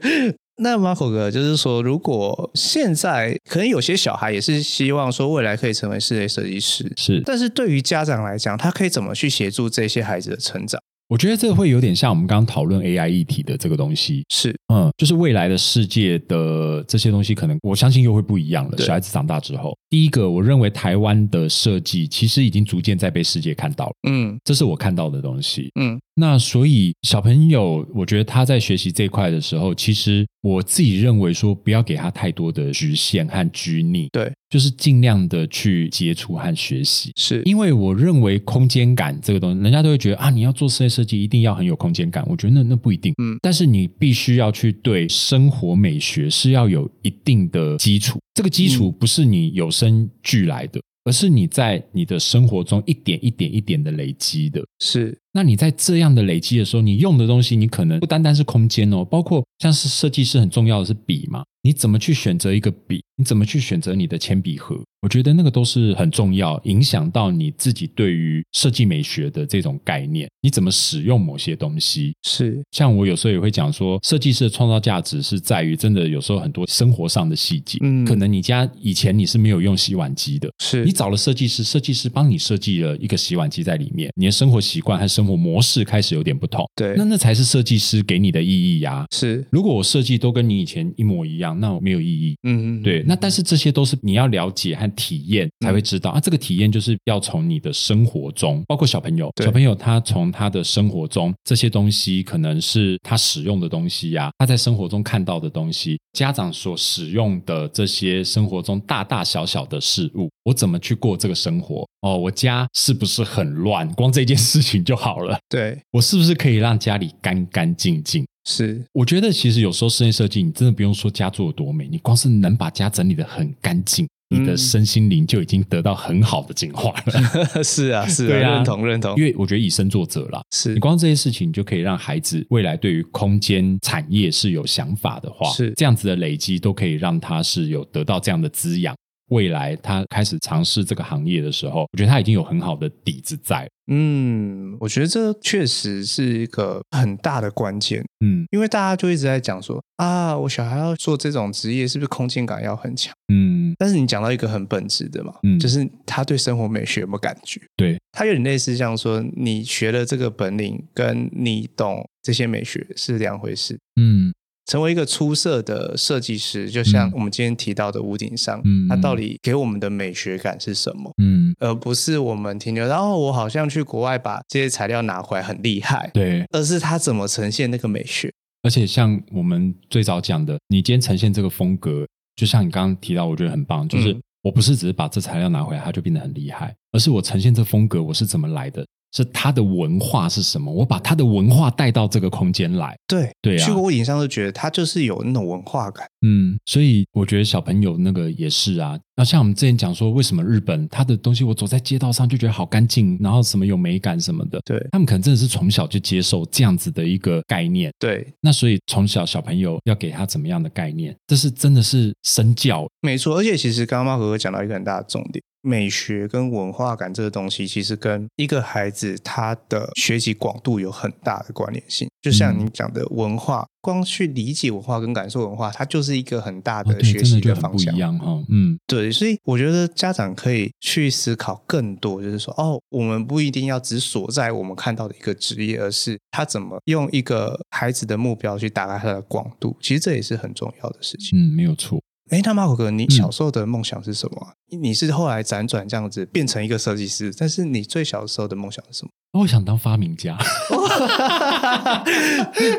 S1: 对，
S2: 那 Marco 哥就是说，如果现在可能有些小孩也是希望说未来可以成为室内设计师，
S1: 是。
S2: 但是对于家长来讲，他可以怎么去协助这些孩子的成长？
S1: 我觉得这会有点像我们刚刚讨论 AI 议题的这个东西，
S2: 是
S1: 嗯，就是未来的世界的这些东西，可能我相信又会不一样了。
S2: 对
S1: 小孩子长大之后，第一个，我认为台湾的设计其实已经逐渐在被世界看到了，
S2: 嗯
S1: 这是我看到的东西。
S2: 嗯
S1: 那所以小朋友，我觉得他在学习这一块的时候，其实我自己认为说，不要给他太多的局限和拘泥，
S2: 对，
S1: 就是尽量的去接触和学习。
S2: 是
S1: 因为我认为空间感这个东西，人家都会觉得啊，你要做室内设计一定要很有空间感。我觉得那那不一定，
S2: 嗯
S1: 但是你必须要去对生活美学是要有一定的基础，这个基础不是你有生俱来的，而是你在你的生活中一点一点一点的累积的。
S2: 是
S1: 那你在这样的累积的时候，你用的东西，你可能不单单是空间哦，包括像是设计师很重要的是笔嘛，你怎么去选择一个笔，你怎么去选择你的铅笔盒，我觉得那个都是很重要，影响到你自己对于设计美学的这种概念，你怎么使用某些东西。
S2: 是
S1: 像我有时候也会讲说，设计师的创造价值是在于真的有时候很多生活上的细节，
S2: 嗯
S1: 可能你家以前你是没有用洗碗机的，
S2: 是
S1: 你找了设计师，设计师帮你设计了一个洗碗机在里面，你的生活习惯和生活模式开始有点不同，
S2: 对
S1: 那那才是设计师给你的意义呀、
S2: 是
S1: 如果我设计都跟你以前一模一样，那没有意义。
S2: 嗯嗯
S1: 对，那但是这些都是你要了解和体验才会知道、啊。这个体验就是要从你的生活中，包括小朋友，
S2: 对
S1: 小朋友他从他的生活中这些东西，可能是他使用的东西呀、他在生活中看到的东西，家长所使用的这些生活中大大小小的事物，我怎么去过这个生活？哦，我家是不是很乱？光这件事情就好了。
S2: 对
S1: 我是不是可以让家里干干净净？
S2: 是
S1: 我觉得其实有时候室内设计，你真的不用说家做有多美，你光是能把家整理的很干净，
S2: 嗯
S1: 你的身心灵就已经得到很好的净化 了。
S2: 是啊是
S1: 对啊
S2: 认同认同
S1: 因，为我觉得以身作则啦，
S2: 是
S1: 你光这些事情，你就可以让孩子未来对于空间产业是有想法的话，
S2: 是
S1: 这样子的累积都可以让他是有得到这样的滋养。未来他开始尝试这个行业的时候，我觉得他已经有很好的底子在了。
S2: 嗯，我觉得这确实是一个很大的关键，
S1: 嗯
S2: 因为大家就一直在讲说啊，我小孩要做这种职业，是不是空间感要很强？
S1: 嗯，
S2: 但是你讲到一个很本质的嘛，
S1: 嗯
S2: 就是他对生活美学有没有感觉？
S1: 对，
S2: 他有点类似像说，你学了这个本领，跟你懂这些美学是两回事。
S1: 嗯
S2: 成为一个出色的设计师，就像
S1: 嗯
S2: 我们今天提到的屋顶上，
S1: 嗯
S2: 它到底给我们的美学感是什么？
S1: 嗯，
S2: 而不是我们停留在，然、后我好像去国外把这些材料拿回来很厉害，
S1: 对。
S2: 而是它怎么呈现那个美学。
S1: 而且像我们最早讲的，你今天呈现这个风格，就像你刚刚提到，我觉得很棒，就是
S2: 嗯
S1: 我不是只是把这材料拿回来，它就变得很厉害，而是我呈现这风格我是怎么来的，是它的文化是什么，我把它的文化带到这个空间来。
S2: 对，
S1: 对啊
S2: 去过屋顶上就觉得它就是有那种文化感。
S1: 嗯，所以我觉得小朋友那个也是啊。那像我们之前讲说，为什么日本它的东西，我走在街道上就觉得好干净，然后什么有美感什么的，
S2: 对
S1: 他们可能真的是从小就接受这样子的一个概念。
S2: 对，
S1: 那所以从小小朋友要给他怎么样的概念，这是真的是身教。
S2: 没错。而且其实刚刚猫哥哥讲到一个很大的重点，美学跟文化感这个东西，其实跟一个孩子他的学习广度有很大的关联性。就像
S1: 嗯
S2: 你讲的文化，光去理解文化跟感受文化，它就是一个很大
S1: 哦，
S2: 的
S1: 对，
S2: 学
S1: 真的
S2: 习
S1: 就很
S2: 方
S1: 不
S2: 向
S1: 一。样哈、嗯
S2: 对，所以我觉得家长可以去思考更多，就是说，哦，我们不一定要只锁在我们看到的一个职业，而是他怎么用一个孩子的目标去打开他的广度，其实这也是很重要的事情。
S1: 嗯，没有错。
S2: 哎、那马可哥，你
S1: 嗯
S2: 小时候的梦想是什么啊、你是后来辗转这样子变成一个设计师，但是你最小时候的梦想是 什么？
S1: 我想当发明家，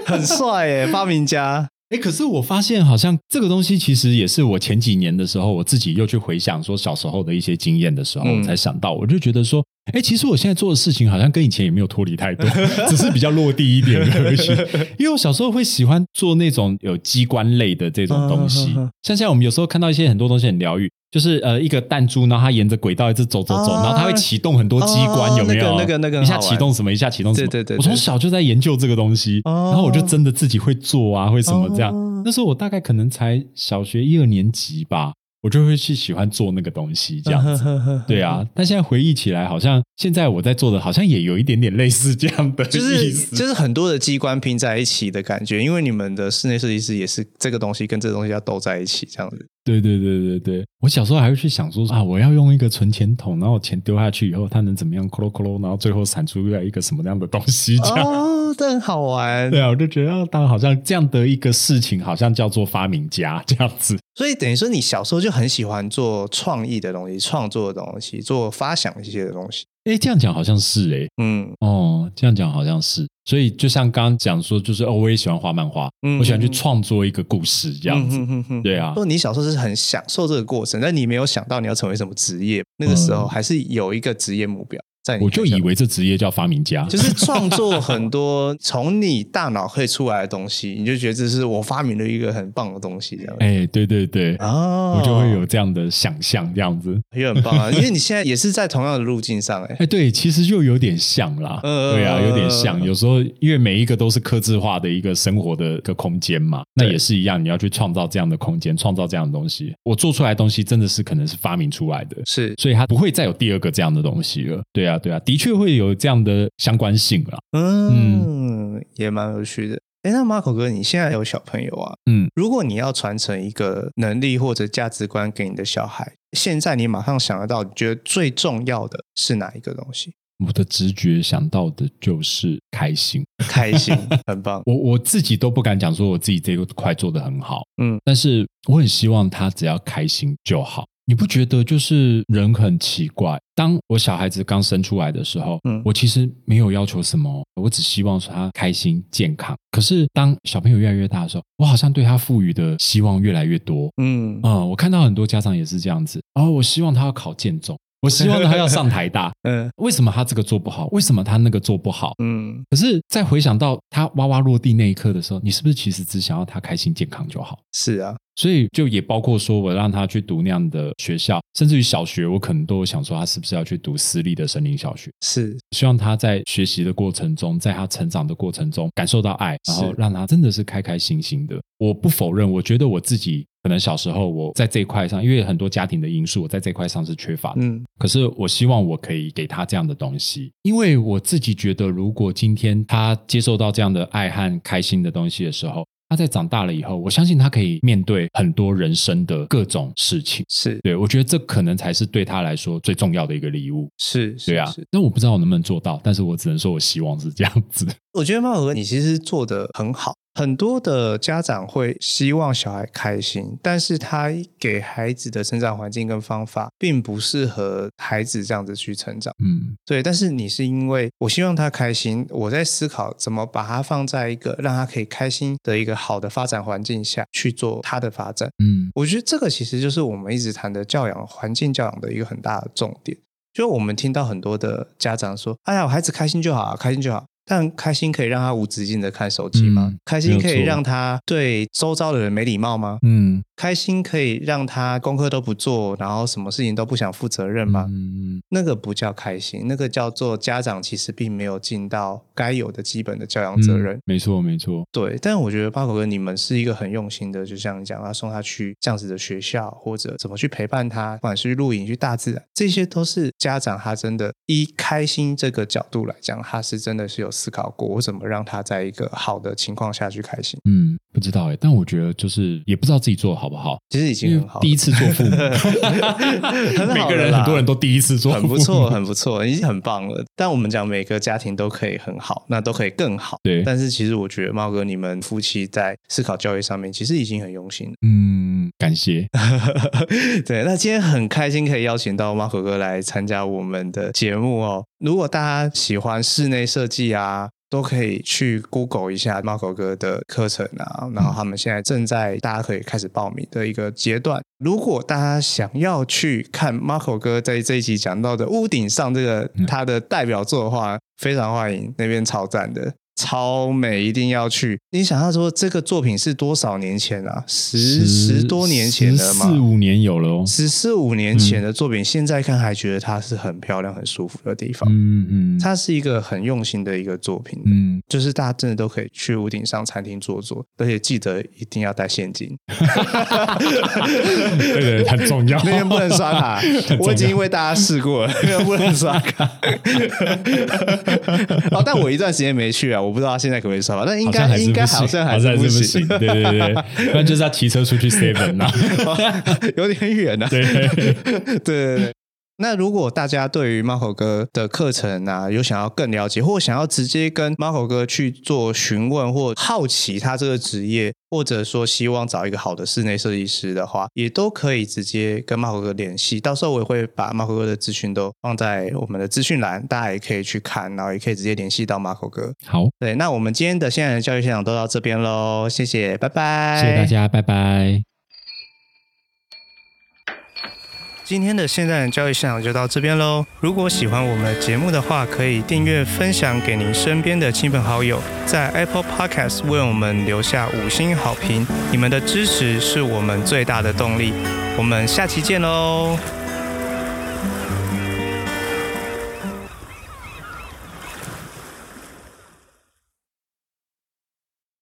S2: 很帅耶，发明家。
S1: 哎，可是我发现好像这个东西其实也是我前几年的时候，我自己又去回想说小时候的一些经验的时候，
S2: 嗯
S1: 我才想到，我就觉得说，哎，其实我现在做的事情好像跟以前也没有脱离太多， 只是比较落地一点而已。因为我小时候会喜欢做那种有机关类的这种东西
S2: 嗯嗯嗯嗯，
S1: 像现在我们有时候看到一些很多东西很疗愈，就是呃一个弹珠，然后它沿着轨道一直走走走，
S2: 啊
S1: 然后它会启动很多机关，
S2: 哦
S1: 有没有？
S2: 那个那个那个
S1: 一
S2: 很好
S1: 下
S2: 玩
S1: 启动什么，一下启动什么。
S2: 对对对对
S1: 我从小就在研究这个东西，
S2: 哦
S1: 然后我就真的自己会做啊，会什么这样
S2: 哦。
S1: 那时候我大概可能才小学一二年级吧，我就会去喜欢做那个东西 这
S2: 嗯
S1: 样子。对啊，但现在回忆起来，好像现在我在做的，好像也有一点点类似这样的意思，
S2: 就是就是很多的机关拼在一起的感觉，因为你们的室内设计师也是这个东西跟这个东西要斗在一起这样子。
S1: 对对对对对，我小时候还会去想说啊，我要用一个存钱筒，然后钱丢下去以后，它能怎么样？咕噜咕噜，然后最后产出来一个什么样的东西？ 这样、
S2: 哦，这很好 玩。
S1: 对啊，我就觉得啊他好像这样的一个事情，好像叫做发明家这样子。
S2: 所以等于说你小时候就很喜欢做创意的东西、创作的东西、做发想一些的东西。
S1: 诶，这样讲好像是诶，
S2: 嗯
S1: 哦，这样讲好像是。所以就像刚刚讲说，就是哦，我也喜欢画漫画，
S2: 嗯
S1: 我喜欢去创作一个故事这样子。
S2: 嗯哼哼哼
S1: 对啊，
S2: 说你小时候是很享受这个过程，但你没有想到你要成为什么职业，那个时候
S1: 嗯
S2: 还是有一个职业目标在你。
S1: 我就以。为这职业叫发明家，
S2: 就是创作很多从你大脑可以出来的东西，你就觉得这是我发明了一个很棒的东西，这样子。
S1: 哎，对对对，
S2: 哦，
S1: 我就会有这样的想象这样子。
S2: 也很棒啊，因为你现在也是在同样的路径 上、欸，哎，
S1: 哎，对，其实就有点像啦，
S2: 嗯
S1: 对啊，有点像。
S2: 嗯
S1: 有时候因为每一个都是克制化的一个生活的一个空间嘛，那
S2: 对
S1: 也是一样，你要去创造这样的空间，创造这样的东西。我做出来的东西真的是可能是发明出来的，
S2: 是，
S1: 所以它不会再有第二个这样的东西了。对啊，对啊，的确会有这样的相关性啦。
S2: 嗯，也蛮有趣的。哎，那 Marco 哥，你现在有小朋友啊？
S1: 嗯，
S2: 如果你要传承一个能力或者价值观给你的小孩，现在你马上想得到，你觉得最重要的是哪一个东西？
S1: 我的直觉想到的就是开心。
S2: 开心，很棒。
S1: 我我自己都不敢讲说我自己这一块做得很好，
S2: 嗯，
S1: 但是我很希望他只要开心就好。你不觉得就是人很奇怪？当我小孩子刚生出来的时候，
S2: 嗯
S1: 我其实没有要求什么哦，我只希望说他开心健康。可是当小朋友越来越大的时候，我好像对他赋予的希望越来越多。
S2: 嗯，。
S1: 嗯，我看到很多家长也是这样子。哦，我希望他要考建中，我希望他要上台大
S2: 嗯
S1: 为什么他这个做不好？为什么他那个做不好？
S2: 嗯，
S1: 可是，在回想到他哇哇落地那一刻的时候，你是不是其实只想要他开心健康就好？
S2: 是啊，
S1: 所以就也包括说我让他去读那样的学校，甚至于小学，我可能都有想说他是不是要去读私立的森林小学，
S2: 是
S1: 希望他在学习的过程中，在他成长的过程中感受到爱，然后
S2: 是
S1: 让他真的是开开心心的。我不否认，我觉得我自己可能小时候我在这一块上，因为很多家庭的因素，我在这一块上是缺乏的。
S2: 嗯
S1: 可是我希望我可以给他这样的东西，因为我自己觉得，如果今天他接受到这样的爱和开心的东西的时候，他在长大了以后，我相信他可以面对很多人生的各种事情。
S2: 是
S1: 对我觉得这可能才是对他来说最重要的一个礼物。
S2: 是是
S1: 对啊
S2: 是，
S1: 那我不知道我能不能做到，但是我只能说我希望是这样子。
S2: 我觉得茂和你其实做的很好，很多的家长会希望小孩开心，但是他给孩子的成长环境跟方法并不适合孩子这样子去成长。
S1: 嗯，
S2: 对，但是你是因为我希望他开心，我在思考怎么把他放在一个让他可以开心的一个好的发展环境下去做他的发展。
S1: 嗯，
S2: 我觉得这个其实就是我们一直谈的教养环境教养的一个很大的重点。就我们听到很多的家长说：“哎呀，我孩子开心就好啊，开心就好。”但开心可以让他无止境的看手机吗？
S1: 嗯
S2: 开心可
S1: 没有
S2: 以
S1: 错
S2: 让他对周遭的人没礼貌吗？
S1: 嗯，
S2: 开心可以让他功课都不做，然后什么事情都不想负责任吗？
S1: 嗯，
S2: 那个不叫开心，那个叫做家长其实并没有尽到该有的基本的教养责任。
S1: 嗯没错，没错。
S2: 对，但我觉得八狗哥你们是一个很用心的，就像你讲，要送他去这样子的学校，或者怎么去陪伴他，不管是去露营、去大自然，这些都是家长他真的以开心这个角度来讲，他是真的是有思考过，我怎么让他在一个好的情况下去开心，
S1: 嗯，不知道哎、但我觉得就是也不知道自己做的好不好，
S2: 其实已
S1: 因
S2: 经
S1: 为
S2: 很好了。
S1: 第一次做父母，
S2: 很好
S1: 每个
S2: 了
S1: 人
S2: 啦
S1: 很多人都第一次做，
S2: 很不错，。很不错，已经很棒了。但我们讲每个家庭都可以很好，那都可以更好。
S1: 对
S2: 但是其实我觉得茂哥你们夫妻在思考教育上面其实已经很用心了。
S1: 嗯，感谢。
S2: 对，那今天很开心可以邀请到 Marco 哥来参加我们的节目哦。如果大家喜欢室内设计啊，都可以去 Google 一下 Marco 哥的课程啊，然后他们现在正在大家可以开始报名的一个阶段。如果大家想要去看 Marco 哥在这一集讲到的屋顶上这个
S1: 嗯
S2: 他的代表作的话，非常欢迎，那边超赞的。超美，一定要去！你想要说这个作品是多少年前啊？十十多年前的嘛，
S1: 四五年有了哦。
S2: 十四五年前的作品，现在看还觉得它是很漂亮、很舒服的地方。
S1: 嗯嗯，
S2: 它是一个很用心的一个作品，
S1: 嗯，
S2: 就是大家真的都可以去屋顶上餐厅坐坐，而且记得一定要带 现金，
S1: 对对，很重要。
S2: 那边不能刷 卡。我已经为大家试过了，那边不能刷卡。哦，但我一段时间没去啊，我不知道他现在可不可以刷卡，但应
S1: 好
S2: 该
S1: 像还是
S2: 应该
S1: 不行
S2: 好像还
S1: 是
S2: 不
S1: 不行。对对对，不然就是要骑车出去 seven 啊。
S2: 有点远啊。
S1: 对，
S2: 对对对。那如果大家对于 Marco 哥的课程啊，有想要更了解，或想要直接跟 Marco 哥去做询问，或好奇他这个职业，或者说希望找一个好的室内设计师的话，也都可以直接跟 Marco 哥联系。到时候我也会把 Marco 哥的资讯都放在我们的资讯栏，大家也可以去看，然后也可以直接联系到 Marco 哥。
S1: 好，
S2: 对，那我们今天的现在的教育现场都到这边喽，谢谢，拜拜，
S1: 谢谢大。家，拜拜。
S2: 今天的现代人教育现场就到这边喽。如果喜欢我们的节目的话，可以订阅、分享给您身边的亲朋好友，在 Apple Podcast 为我们留下五星好评。你们的支持是我们最大的动力。我们下期见喽！